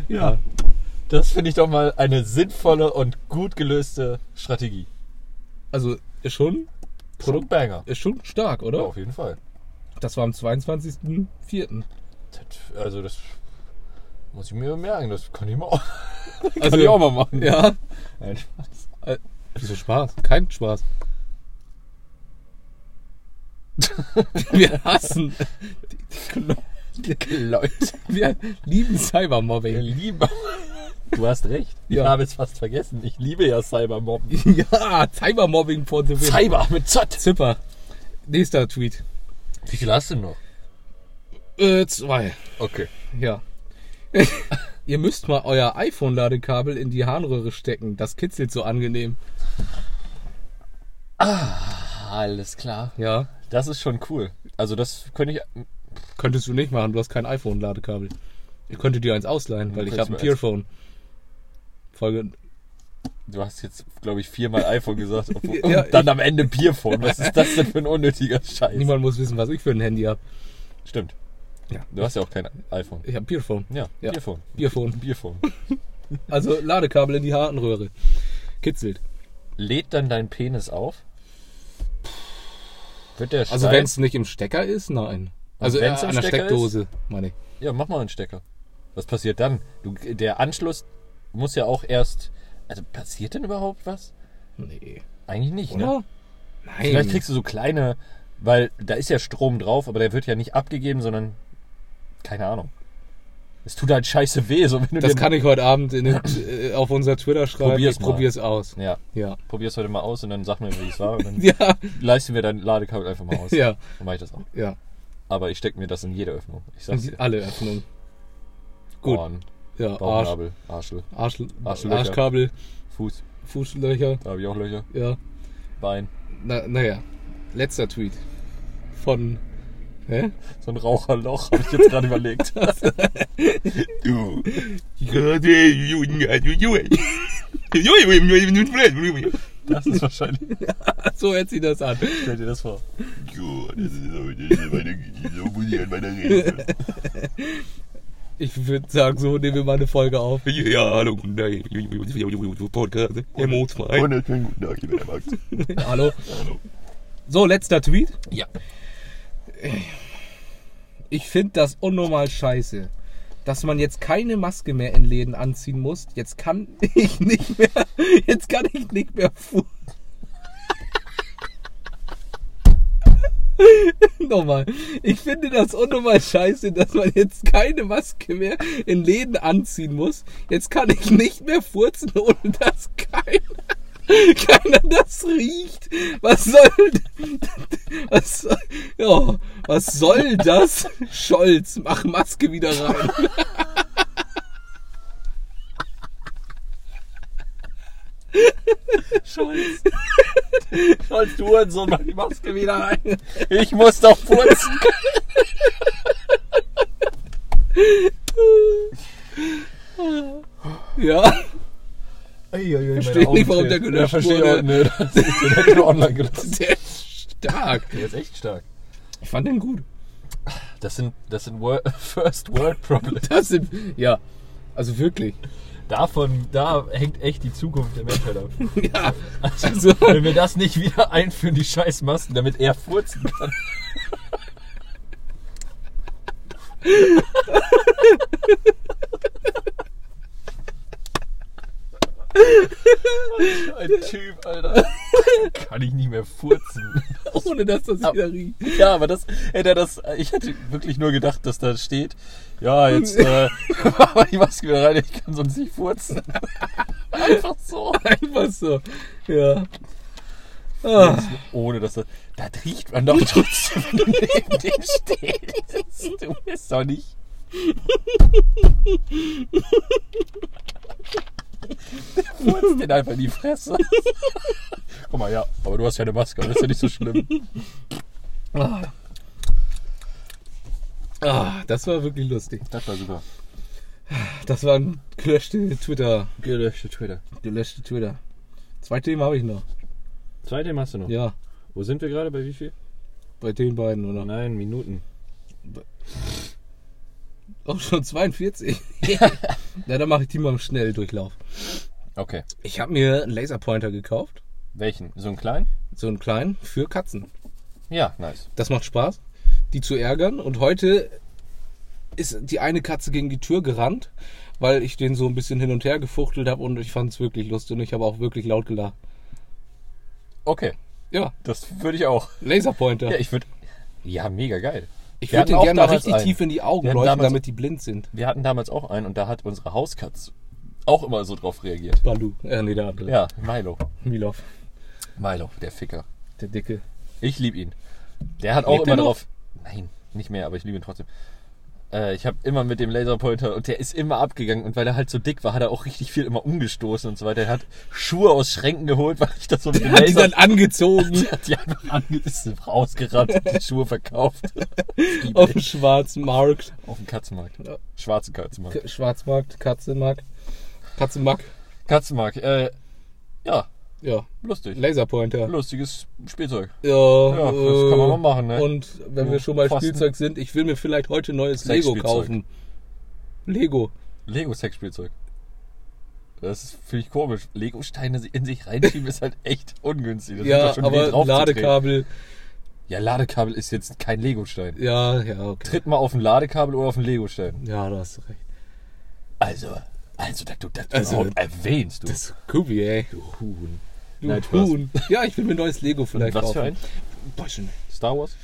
Speaker 1: Ja. Das finde ich doch mal eine sinnvolle und gut gelöste Strategie.
Speaker 2: Also ist schon,
Speaker 1: Produktbanger.
Speaker 2: ist schon stark,
Speaker 1: Ja,
Speaker 2: oder?
Speaker 1: auf jeden Fall.
Speaker 2: Das war am 22.04.
Speaker 1: Das, also das muss ich mir merken. Das kann ich mal auch,
Speaker 2: Also
Speaker 1: kann ich auch mal machen.
Speaker 2: Ja.
Speaker 1: Nein, Spaß.
Speaker 2: Wieso Spaß? Kein Spaß. Wir hassen. Die, die,
Speaker 1: Leute,
Speaker 2: wir lieben Cybermobbing.
Speaker 1: lieber. Du hast recht. Ich
Speaker 2: Ja.
Speaker 1: habe es fast vergessen. Ich liebe ja Cybermob.
Speaker 2: Ja, Cybermobbing for the win.
Speaker 1: Cyber mit Zott.
Speaker 2: Zipper. Nächster Tweet.
Speaker 1: Wie viel hast du noch?
Speaker 2: Äh, zwei.
Speaker 1: Okay.
Speaker 2: Ja. Ihr müsst mal euer iPhone-Ladekabel in die Harnröhre stecken. Das kitzelt so angenehm.
Speaker 1: Alles klar.
Speaker 2: Ja.
Speaker 1: Das ist schon cool. Also das könnte ich.
Speaker 2: Könntest du nicht machen, du hast kein iPhone-Ladekabel. Ich könnte dir eins ausleihen, weil ich
Speaker 1: könntest
Speaker 2: habe ein
Speaker 1: mir eins-
Speaker 2: Peerphone. Folge.
Speaker 1: Du hast jetzt, glaube ich, viermal iPhone gesagt. Obwohl,
Speaker 2: Ja,
Speaker 1: und dann am Ende Bierphone. Was ist das denn für ein unnötiger Scheiß?
Speaker 2: Niemand muss wissen, was ich für ein Handy habe.
Speaker 1: Stimmt.
Speaker 2: Ja.
Speaker 1: Du hast ja auch kein iPhone.
Speaker 2: Ich habe Bierphone.
Speaker 1: Ja,
Speaker 2: Ja.
Speaker 1: Bierphone.
Speaker 2: Bierphone.
Speaker 1: Bierphone.
Speaker 2: Also Ladekabel in die Hartenröhre. Kitzelt.
Speaker 1: Lädt dann dein Penis auf? Wird der
Speaker 2: Also
Speaker 1: steif?
Speaker 2: wenn es nicht im Stecker ist, nein. Also äh,
Speaker 1: wenn's im
Speaker 2: an der
Speaker 1: Stecker
Speaker 2: Steckdose, meine ich.
Speaker 1: Ja, mach mal einen Stecker. Was passiert dann? Du, der Anschluss muss ja auch erst. Also passiert denn überhaupt was?
Speaker 2: Nee.
Speaker 1: Eigentlich nicht,
Speaker 2: Oder?
Speaker 1: ne?
Speaker 2: Nein.
Speaker 1: Vielleicht kriegst du so kleine, weil da ist ja Strom drauf, aber der wird ja nicht abgegeben, sondern keine Ahnung. Es tut halt scheiße weh, so wenn du
Speaker 2: das
Speaker 1: dir-
Speaker 2: kann ich heute Abend in, den- äh, auf unser Twitter schreiben.
Speaker 1: Probier's
Speaker 2: ich
Speaker 1: mal.
Speaker 2: probier's aus.
Speaker 1: Ja,
Speaker 2: Ja.
Speaker 1: probier's heute mal aus und dann sag mir, wie es war. Und dann
Speaker 2: Ja.
Speaker 1: leisten wir dein Ladekabel einfach mal aus.
Speaker 2: Ja.
Speaker 1: Dann mach ich das auch.
Speaker 2: Ja.
Speaker 1: Aber ich steck mir das in jede Öffnung. Ich sag's dir.
Speaker 2: Alle Öffnungen. Gut.
Speaker 1: Ohren,
Speaker 2: Ja. Arsch,
Speaker 1: Bauchnabel, Arschel,
Speaker 2: Arsch,
Speaker 1: Arschlöcher.
Speaker 2: Arschkabel,
Speaker 1: Fuß,
Speaker 2: Fußlöcher.
Speaker 1: da habe ich auch Löcher,
Speaker 2: Ja.
Speaker 1: Bein.
Speaker 2: Na, naja. Letzter Tweet. Von. Hä?
Speaker 1: So ein Raucherloch habe ich jetzt gerade überlegt.
Speaker 2: Du. so
Speaker 1: Das ist wahrscheinlich.
Speaker 2: hört sie das an.
Speaker 1: Stell dir das vor.
Speaker 2: Ich würde sagen, so nehmen wir mal eine Folge auf.
Speaker 3: Ja, hallo, guten Tag. Podcast
Speaker 2: Hallo.
Speaker 3: Wunderschönen guten Tag, lieber Max.
Speaker 2: Hallo. So, letzter Tweet.
Speaker 1: Ja.
Speaker 2: Ich finde das unnormal scheiße, dass man jetzt keine Maske mehr in Läden anziehen muss. Jetzt kann ich nicht mehr. Jetzt kann ich nicht mehr fu. Nochmal. Ich finde das unnormal scheiße, dass man jetzt keine Maske mehr in Läden anziehen muss. Jetzt kann ich nicht mehr furzen, ohne dass keiner, keiner das riecht. Was soll, was, soll- ja, was soll das? Scholz, mach Maske wieder rein.
Speaker 1: Scholz. Scholz, du Hurensohn, mach die Maske wieder rein. Ich muss doch furzen.
Speaker 2: Ja,
Speaker 1: Verstehe
Speaker 2: nicht, warum der gelöscht wurde.
Speaker 1: Nö, das ist, den hätte ich nur online gelassen.
Speaker 2: der ist stark.
Speaker 1: Der ist echt stark.
Speaker 2: Ich fand den gut.
Speaker 1: Das sind, das sind Wor First World Problems.
Speaker 2: Das sind, ja, also wirklich.
Speaker 1: Davon, da hängt echt die Zukunft der Menschheit ab.
Speaker 2: Ja, also,
Speaker 1: Wenn wir das nicht wieder einführen, die scheiß Masken, damit er furzen kann. Was für Ein Typ, Alter. Kann ich nicht mehr furzen.
Speaker 2: ohne dass das wieder riecht.
Speaker 1: Ja, aber das hätte er das. Ich hätte wirklich nur gedacht, dass da steht. Ja, jetzt äh, mach mal die Maske wieder rein, ich kann sonst nicht furzen. Einfach so.
Speaker 2: Einfach so. Ja. Ah,
Speaker 1: Ohne dass das. Da riecht man doch trotzdem, wenn du neben dem stehst. Du bist doch nicht. Der furzt den einfach in die Fresse. Guck mal, ja, aber du hast ja eine Maske, das ist ja nicht so schlimm.
Speaker 2: ah. Ah, das war wirklich lustig.
Speaker 1: Das war super.
Speaker 2: Das waren gelöschte Twitter.
Speaker 1: Gelöschte Twitter.
Speaker 2: Gelöschte Twitter. Zwei Themen habe ich noch.
Speaker 1: Zweite hast du noch.
Speaker 2: Ja,
Speaker 1: Wo sind wir gerade? Bei wie viel? Oh
Speaker 2: bei den beiden, oder?
Speaker 1: Nein, Minuten.
Speaker 2: Auch schon 42. Na, dann mache ich die mal im Schnelldurchlauf.
Speaker 1: Okay.
Speaker 2: Ich habe mir einen Laserpointer gekauft.
Speaker 1: Welchen? So einen kleinen?
Speaker 2: So einen kleinen für Katzen.
Speaker 1: Ja, nice.
Speaker 2: Das macht Spaß, die zu ärgern. Und heute ist die eine Katze gegen die Tür gerannt, weil ich den so ein bisschen hin und her gefuchtelt habe und ich fand es wirklich lustig und ich habe auch wirklich laut gelacht.
Speaker 1: Okay,
Speaker 2: Ja,
Speaker 1: das würde ich auch.
Speaker 2: Laserpointer.
Speaker 1: Ja, ich würde. Ja, mega geil.
Speaker 2: ich
Speaker 1: wir
Speaker 2: würde
Speaker 1: hatten
Speaker 2: den
Speaker 1: auch
Speaker 2: gerne mal
Speaker 1: damals
Speaker 2: richtig
Speaker 1: einen.
Speaker 2: tief in die Augen
Speaker 1: Wir hatten
Speaker 2: leuchten,
Speaker 1: damals-
Speaker 2: damit die blind sind.
Speaker 1: Wir hatten damals auch einen und da hat unsere Hauskatz auch immer so drauf reagiert.
Speaker 2: Balu. Äh, nee, der andere.
Speaker 1: Ja, Milo.
Speaker 2: Milov.
Speaker 1: Milo, der Ficker.
Speaker 2: Der dicke.
Speaker 1: Ich liebe ihn. Der hat auch
Speaker 2: Lebt
Speaker 1: immer
Speaker 2: er noch?
Speaker 1: drauf. Nein, nicht mehr, aber ich liebe ihn trotzdem. Äh, ich habe immer mit dem Laserpointer und der ist immer abgegangen und weil er halt so dick war, hat er auch richtig viel immer umgestoßen und so weiter. Er hat Schuhe aus Schränken geholt, weil ich das so mit dem
Speaker 2: Hat die
Speaker 1: Laser.
Speaker 2: dann angezogen
Speaker 1: Hat die einfach ange- ist rausgerannt und die Schuhe verkauft.
Speaker 2: auf dem schwarzen Markt.
Speaker 1: Auf dem Katzenmarkt.
Speaker 2: Ja.
Speaker 1: Schwarzen Katzenmarkt.
Speaker 2: K- Schwarzmarkt, Katzenmarkt. Katzenmarkt.
Speaker 1: Katzenmarkt, äh, ja.
Speaker 2: Ja,
Speaker 1: Lustig.
Speaker 2: Laserpointer.
Speaker 1: Lustiges Spielzeug.
Speaker 2: Ja, äh,
Speaker 1: Ja, das kann man mal machen, ne?
Speaker 2: Und wenn wir schon bei
Speaker 1: Pfosten.
Speaker 2: Spielzeug sind, ich will mir vielleicht heute neues Lego
Speaker 1: Sexspielzeug.
Speaker 2: kaufen. Lego.
Speaker 1: Lego-Sexspielzeug. Das ist- finde ich komisch. Lego-Steine in sich reinschieben ist halt echt ungünstig. Das
Speaker 2: ja,
Speaker 1: tut doch weh,
Speaker 2: aber
Speaker 1: draufzutreten.
Speaker 2: Ladekabel.
Speaker 1: Ja, Ladekabel ist jetzt kein Lego-Stein.
Speaker 2: Ja, ja, okay.
Speaker 1: Tritt mal auf ein Ladekabel oder auf einen Lego-Stein.
Speaker 2: Ja, da hast du recht.
Speaker 1: Also, also, dass du das
Speaker 2: Also,
Speaker 1: überhaupt erwähnst, du.
Speaker 2: Das Kubi, ey. Du Huhn. Du
Speaker 1: Nein, Spaß.
Speaker 2: Huhn. Ja, ich will mir neues Lego vielleicht
Speaker 1: was
Speaker 2: kaufen.
Speaker 1: für ein?
Speaker 2: Weiß ich nicht.
Speaker 1: Star Wars?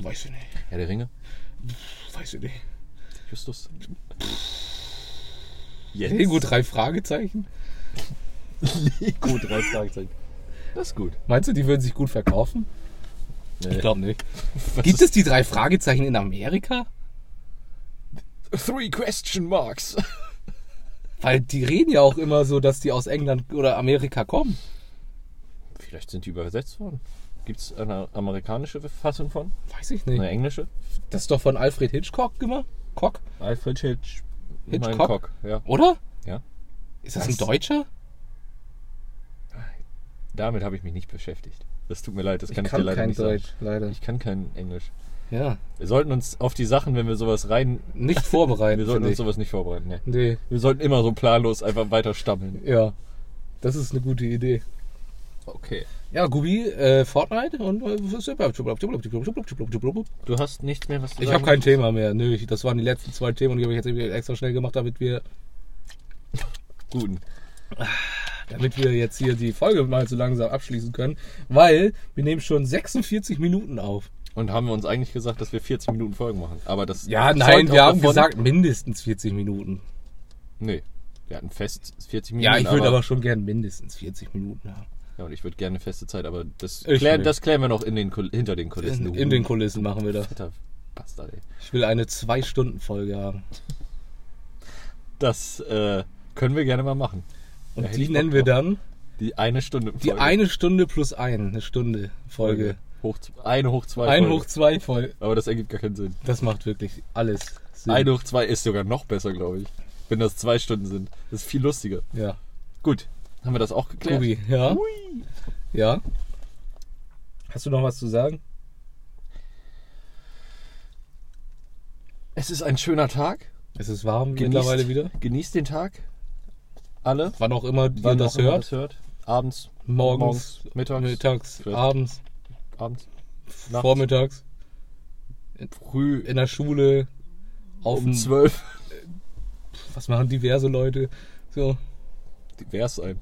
Speaker 2: Weiß ich nicht.
Speaker 1: Herr der Ringe?
Speaker 2: Weiß ich nicht.
Speaker 1: Justus? Jetzt.
Speaker 2: Lego drei Fragezeichen?
Speaker 1: Lego drei Fragezeichen. Das ist gut.
Speaker 2: Meinst du, die würden sich gut verkaufen?
Speaker 1: Nee.
Speaker 2: glaube nicht.
Speaker 1: Was
Speaker 2: Gibt es die drei Fragezeichen in Amerika?
Speaker 1: Three question marks.
Speaker 2: Weil die reden ja auch immer so, dass die aus England oder Amerika kommen.
Speaker 1: Vielleicht sind die übersetzt worden. Gibt es eine amerikanische Fassung von?
Speaker 2: Weiß ich nicht.
Speaker 1: Eine englische?
Speaker 2: Das ist doch von Alfred Hitchcock gemacht? Cock,
Speaker 1: Alfred Hitch
Speaker 2: Hitchcock?
Speaker 1: Nein, Cock, ja.
Speaker 2: oder?
Speaker 1: Ja.
Speaker 2: Ist
Speaker 1: Was?
Speaker 2: das ein Deutscher?
Speaker 1: Damit habe ich mich nicht beschäftigt. Das tut mir leid, das kann ich, dir leider nicht sagen.
Speaker 2: leider.
Speaker 1: Ich kann kein Englisch.
Speaker 2: ja.
Speaker 1: Wir sollten uns auf die Sachen, wenn wir sowas rein.
Speaker 2: Nicht vorbereiten.
Speaker 1: Wir sollten
Speaker 2: finde
Speaker 1: uns
Speaker 2: ich.
Speaker 1: sowas nicht vorbereiten. Nee.
Speaker 2: Nee,
Speaker 1: Wir sollten immer so planlos einfach weiter stammeln.
Speaker 2: ja. Das ist eine gute Idee.
Speaker 1: Okay.
Speaker 2: Ja, Gubi, äh, Fortnite und äh,
Speaker 1: Du hast nichts mehr, was du
Speaker 2: Ich
Speaker 1: sagen
Speaker 2: habe kein Thema mehr. Nö, ich, das waren die letzten zwei Themen und die habe ich jetzt irgendwie extra schnell gemacht, damit wir,
Speaker 1: Guten.
Speaker 2: damit wir jetzt hier die Folge mal so langsam abschließen können, weil wir nehmen schon 46 Minuten auf.
Speaker 1: Und haben wir uns eigentlich gesagt, dass wir 40 Minuten Folgen machen. Aber das.
Speaker 2: Ja,
Speaker 1: zeugt
Speaker 2: nein,
Speaker 1: auch
Speaker 2: wir haben
Speaker 1: davon-
Speaker 2: gesagt mindestens 40 Minuten.
Speaker 1: Nee. Wir hatten fest 40 Minuten.
Speaker 2: Ja, ich würde aber schon gern mindestens 40 Minuten haben.
Speaker 1: Ja, und ich würde gerne eine feste Zeit, aber das,
Speaker 2: Ich
Speaker 1: klär,
Speaker 2: nicht.
Speaker 1: das klären wir noch in den, Kul- hinter den Kulissen.
Speaker 2: In,
Speaker 1: du
Speaker 2: in den Kulissen machen wir das.
Speaker 1: Alter, Bastard, ey.
Speaker 2: Ich will eine 2-Stunden-Folge haben.
Speaker 1: Das äh, können wir gerne mal machen. Da
Speaker 2: Und
Speaker 1: hätte
Speaker 2: die
Speaker 1: ich Bock
Speaker 2: nennen wir
Speaker 1: drauf.
Speaker 2: dann
Speaker 1: Die eine Stunde.
Speaker 2: die eine Stunde plus ein, eine Stunde Folge.
Speaker 1: Hoch, eine hoch zwei.
Speaker 2: Ein
Speaker 1: Folge.
Speaker 2: hoch zwei Folge.
Speaker 1: Aber das ergibt gar keinen Sinn.
Speaker 2: Das macht wirklich alles Sinn.
Speaker 1: Ein hoch zwei ist sogar noch besser, glaube ich. Wenn das zwei Stunden sind. Das ist viel lustiger.
Speaker 2: ja.
Speaker 1: Gut, haben wir das auch geklärt?
Speaker 2: Tobi, ja. Ja. Hast du noch was zu sagen?
Speaker 1: Es ist ein schöner Tag.
Speaker 2: Es ist warm
Speaker 1: Genießt.
Speaker 2: mittlerweile wieder.
Speaker 1: Genießt den Tag. Alle.
Speaker 2: Wann auch immer ihr
Speaker 1: wann
Speaker 2: das
Speaker 1: auch immer
Speaker 2: hört.
Speaker 1: das hört. Abends.
Speaker 2: Morgens,
Speaker 1: mittags,
Speaker 2: mittags,
Speaker 1: vielleicht.
Speaker 2: abends,
Speaker 1: abends, nachts,
Speaker 2: vormittags,
Speaker 1: früh,
Speaker 2: in der Schule, auf
Speaker 1: um
Speaker 2: dem
Speaker 1: zwölf.
Speaker 2: was machen diverse Leute? So,
Speaker 1: Divers ein.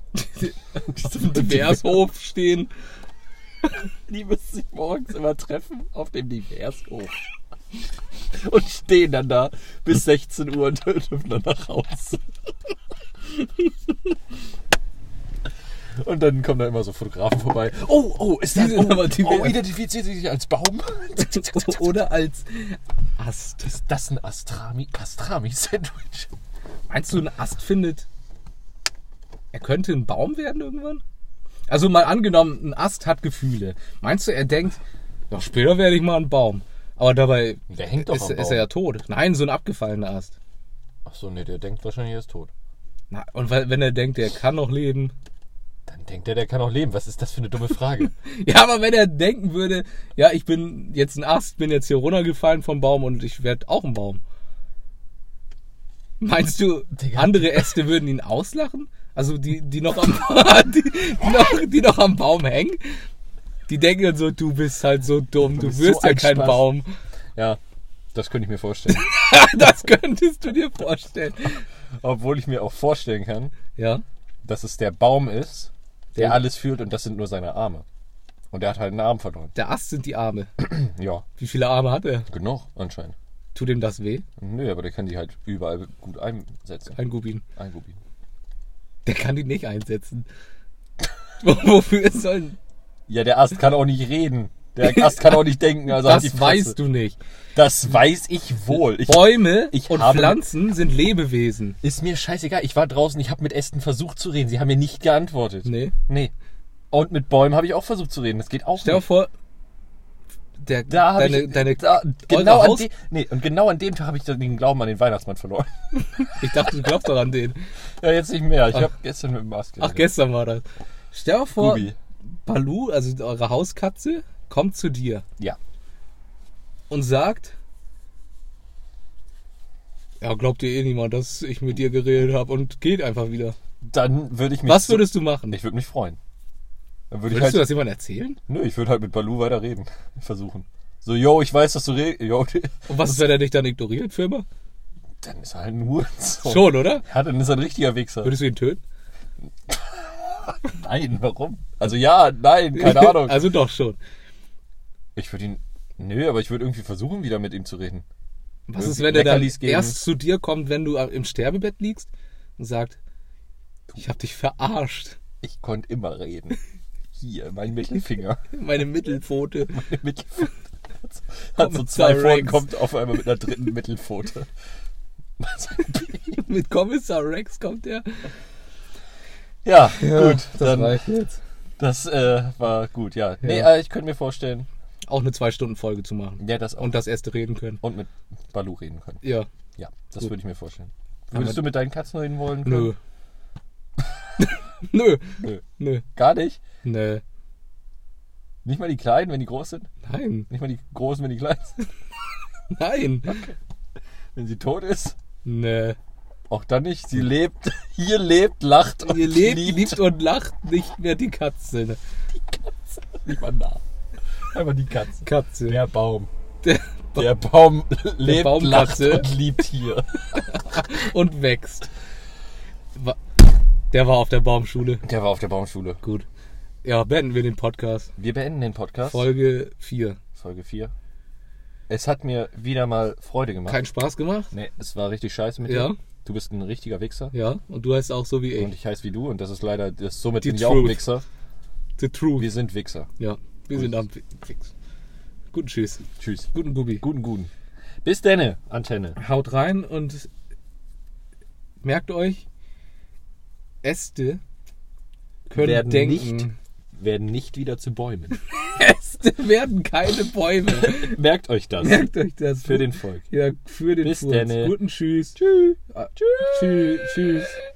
Speaker 2: auf dem Divershof stehen.
Speaker 1: Die müssen sich morgens immer treffen auf dem Divershof. Und stehen dann da bis 16 Uhr und dürfen dann nach Hause. Und dann kommen da immer so Fotografen vorbei. Oh, oh, ist das,
Speaker 2: Die sind
Speaker 1: oh,
Speaker 2: aber divers.
Speaker 1: oh, identifiziert sie sich als Baum?
Speaker 2: Oder als Ast.
Speaker 1: Ist das ein Astrami, Pastrami-Sandwich?
Speaker 2: Meinst du, ein Ast findet. Er könnte ein Baum werden irgendwann? Also mal angenommen, ein Ast hat Gefühle. Meinst du, er denkt, ja, später werde ich mal ein Baum. Aber dabei
Speaker 1: Der hängt doch
Speaker 2: ist,
Speaker 1: am
Speaker 2: ist er
Speaker 1: Baum.
Speaker 2: ja tot. Nein, so ein abgefallener Ast.
Speaker 1: Achso, nee, der denkt wahrscheinlich, er ist tot.
Speaker 2: Na, und weil- wenn er denkt, er kann noch leben.
Speaker 1: Dann denkt er, der kann auch leben. Was ist das für eine dumme Frage?
Speaker 2: Ja, aber wenn er denken würde, ja, ich bin jetzt ein Ast, bin jetzt hier runtergefallen vom Baum und ich werde auch ein Baum. Meinst du,
Speaker 1: Digga.
Speaker 2: andere Äste würden ihn auslachen? Also die, die noch am die, die, noch, die noch am Baum hängen? Die denken dann so, du bist halt so dumm, du,
Speaker 1: bist
Speaker 2: wirst
Speaker 1: so
Speaker 2: ja
Speaker 1: ein
Speaker 2: kein
Speaker 1: Spaß.
Speaker 2: Baum.
Speaker 1: ja, das könnte ich mir vorstellen.
Speaker 2: das könntest du dir vorstellen.
Speaker 1: Obwohl ich mir auch vorstellen kann,
Speaker 2: Ja.
Speaker 1: dass es der Baum ist, der
Speaker 2: Ja.
Speaker 1: alles fühlt und das sind nur seine Arme. Und der hat halt einen Arm verloren.
Speaker 2: Der Ast sind die Arme.
Speaker 1: Ja,
Speaker 2: Wie viele Arme hat er?
Speaker 1: genug anscheinend.
Speaker 2: Tut ihm das weh?
Speaker 1: Nö, aber der kann die halt überall gut einsetzen.
Speaker 2: Ein Gubin.
Speaker 1: Eingubieren.
Speaker 2: Der kann die nicht einsetzen. Wofür sollen.
Speaker 1: Ja, der Ast kann auch nicht reden. Der Ast kann auch nicht denken. Also halt die
Speaker 2: Das
Speaker 1: Fresse.
Speaker 2: weißt du nicht.
Speaker 1: Das weiß ich wohl. Ich,
Speaker 2: Bäume
Speaker 1: ich
Speaker 2: und
Speaker 1: habe-
Speaker 2: Pflanzen sind Lebewesen.
Speaker 1: ist mir scheißegal. Ich war draußen, ich habe mit Ästen versucht zu reden. Sie haben mir nicht geantwortet.
Speaker 2: Nee.
Speaker 1: Nee. Und mit Bäumen habe ich auch versucht zu reden. Das geht auch
Speaker 2: Stell dir
Speaker 1: nicht.
Speaker 2: vor, der,
Speaker 1: Da habe
Speaker 2: deine,
Speaker 1: ich
Speaker 2: deine,
Speaker 1: da,
Speaker 2: eure
Speaker 1: genau an
Speaker 2: Haus-
Speaker 1: de, nee, und genau an dem Tag habe ich dann den Glauben an den Weihnachtsmann verloren.
Speaker 2: ich dachte, du glaubst doch an den.
Speaker 1: Ja, jetzt nicht mehr. Ich habe gestern mit dem Ast
Speaker 2: Ach,
Speaker 1: geredet.
Speaker 2: gestern war das. Stell dir vor,
Speaker 1: Gubi.
Speaker 2: Balu, also eure Hauskatze, kommt zu dir
Speaker 1: Ja.
Speaker 2: und sagt: Ja, glaubt ihr eh niemand, dass ich mit dir geredet habe und geht einfach wieder.
Speaker 1: Dann würde ich mich.
Speaker 2: Was
Speaker 1: zu-
Speaker 2: würdest du machen?
Speaker 1: Ich würde mich freuen. Dann würde ich
Speaker 2: Würdest du
Speaker 1: halt.
Speaker 2: das jemandem erzählen?
Speaker 1: Nö, ich würde halt mit Balu weiter reden. Versuchen. So, yo, ich weiß, dass du redest. Yo,
Speaker 2: Und was ist, wenn er dich dann ignoriert, für immer?
Speaker 1: dann ist er halt ein Hurensohn.
Speaker 2: Schon, oder?
Speaker 1: Ja, dann ist er ein richtiger Wichser.
Speaker 2: Würdest du ihn töten?
Speaker 1: Nein, warum? Also ja, nein, keine Ahnung.
Speaker 2: also doch schon.
Speaker 1: ich würde ihn. Nö, aber ich würde irgendwie versuchen, wieder mit ihm zu reden.
Speaker 2: Was
Speaker 1: Irgendwie
Speaker 2: ist, wenn er dann
Speaker 1: Leckerlis geben.
Speaker 2: erst zu dir kommt, wenn du im Sterbebett liegst und sagt, ich hab dich verarscht,
Speaker 1: Ich konnte immer reden. Hier, mein Mittelfinger.
Speaker 2: meine Mittelpfote.
Speaker 1: Meine Mittelpfote. Hat so
Speaker 2: Kommt
Speaker 1: zwei
Speaker 2: Sir
Speaker 1: Pfoten,
Speaker 2: Rex.
Speaker 1: kommt auf einmal mit einer dritten Mittelpfote.
Speaker 2: Mit Kommissar Rex kommt er.
Speaker 1: ja, gut, dann.
Speaker 2: jetzt.
Speaker 1: Das äh, war gut, ja. Nee,
Speaker 2: Ja.
Speaker 1: äh, ich könnte mir vorstellen,
Speaker 2: Auch eine Zwei-Stunden-Folge zu machen
Speaker 1: ja, das auch.
Speaker 2: und das erste reden können.
Speaker 1: und mit Balu reden können.
Speaker 2: Ja,
Speaker 1: Ja, das
Speaker 2: Gut.
Speaker 1: würde ich mir vorstellen.
Speaker 2: Aber-
Speaker 1: Würdest du mit deinen Katzen reden wollen?
Speaker 2: nö. nö.
Speaker 1: Nö.
Speaker 2: Nö.
Speaker 1: Gar nicht?
Speaker 2: Nö.
Speaker 1: Nicht mal die Kleinen, wenn die groß sind?
Speaker 2: Nein.
Speaker 1: Nicht mal die Großen, wenn die klein sind?
Speaker 2: Nein.
Speaker 1: Wenn sie tot ist?
Speaker 2: Nö.
Speaker 1: Auch dann nicht. Sie lebt, hier lebt, lacht und
Speaker 2: Ihr lebt,
Speaker 1: liebt.
Speaker 2: liebt und lacht nicht mehr die Katze.
Speaker 1: nicht mal nah. Einfach die Katze.
Speaker 2: Katze.
Speaker 1: Der Baum.
Speaker 2: Der-
Speaker 1: Der Baum lebt, lacht
Speaker 2: Baumkatze.
Speaker 1: und liebt hier.
Speaker 2: und wächst. Wa- Der war auf der Baumschule.
Speaker 1: Der war auf der Baumschule.
Speaker 2: Gut. Ja, beenden wir den Podcast.
Speaker 1: Wir beenden den Podcast.
Speaker 2: Folge 4.
Speaker 1: Folge 4. Es hat mir wieder mal Freude gemacht.
Speaker 2: Keinen Spaß gemacht?
Speaker 1: Nee, es war richtig scheiße mit
Speaker 2: Ja.
Speaker 1: dir. Du bist ein richtiger Wichser.
Speaker 2: Ja, und du heißt auch so wie
Speaker 1: Und
Speaker 2: ich.
Speaker 1: ich heiße wie du und das ist leider, das, somit
Speaker 2: Die
Speaker 1: bin ich auch
Speaker 2: Truth.
Speaker 1: ein Wichser.
Speaker 2: The Truth.
Speaker 1: Wir sind Wichser.
Speaker 2: ja, wir sind am Fix. Guten Tschüss.
Speaker 1: Tschüss.
Speaker 2: Guten Gubi.
Speaker 1: Guten, guten. Bis denne, Antenne.
Speaker 2: Haut rein und merkt euch, Äste können
Speaker 1: Werden
Speaker 2: denken.
Speaker 1: nicht- Werden nicht wieder zu Bäumen.
Speaker 2: Äste werden keine Bäume.
Speaker 1: Merkt euch das.
Speaker 2: Merkt euch das.
Speaker 1: Für den Volk.
Speaker 2: Ja, für den
Speaker 1: Bis
Speaker 2: Furz.
Speaker 1: denne.
Speaker 2: Guten Tschüss. Tschüss. Tschüss. Tschüss.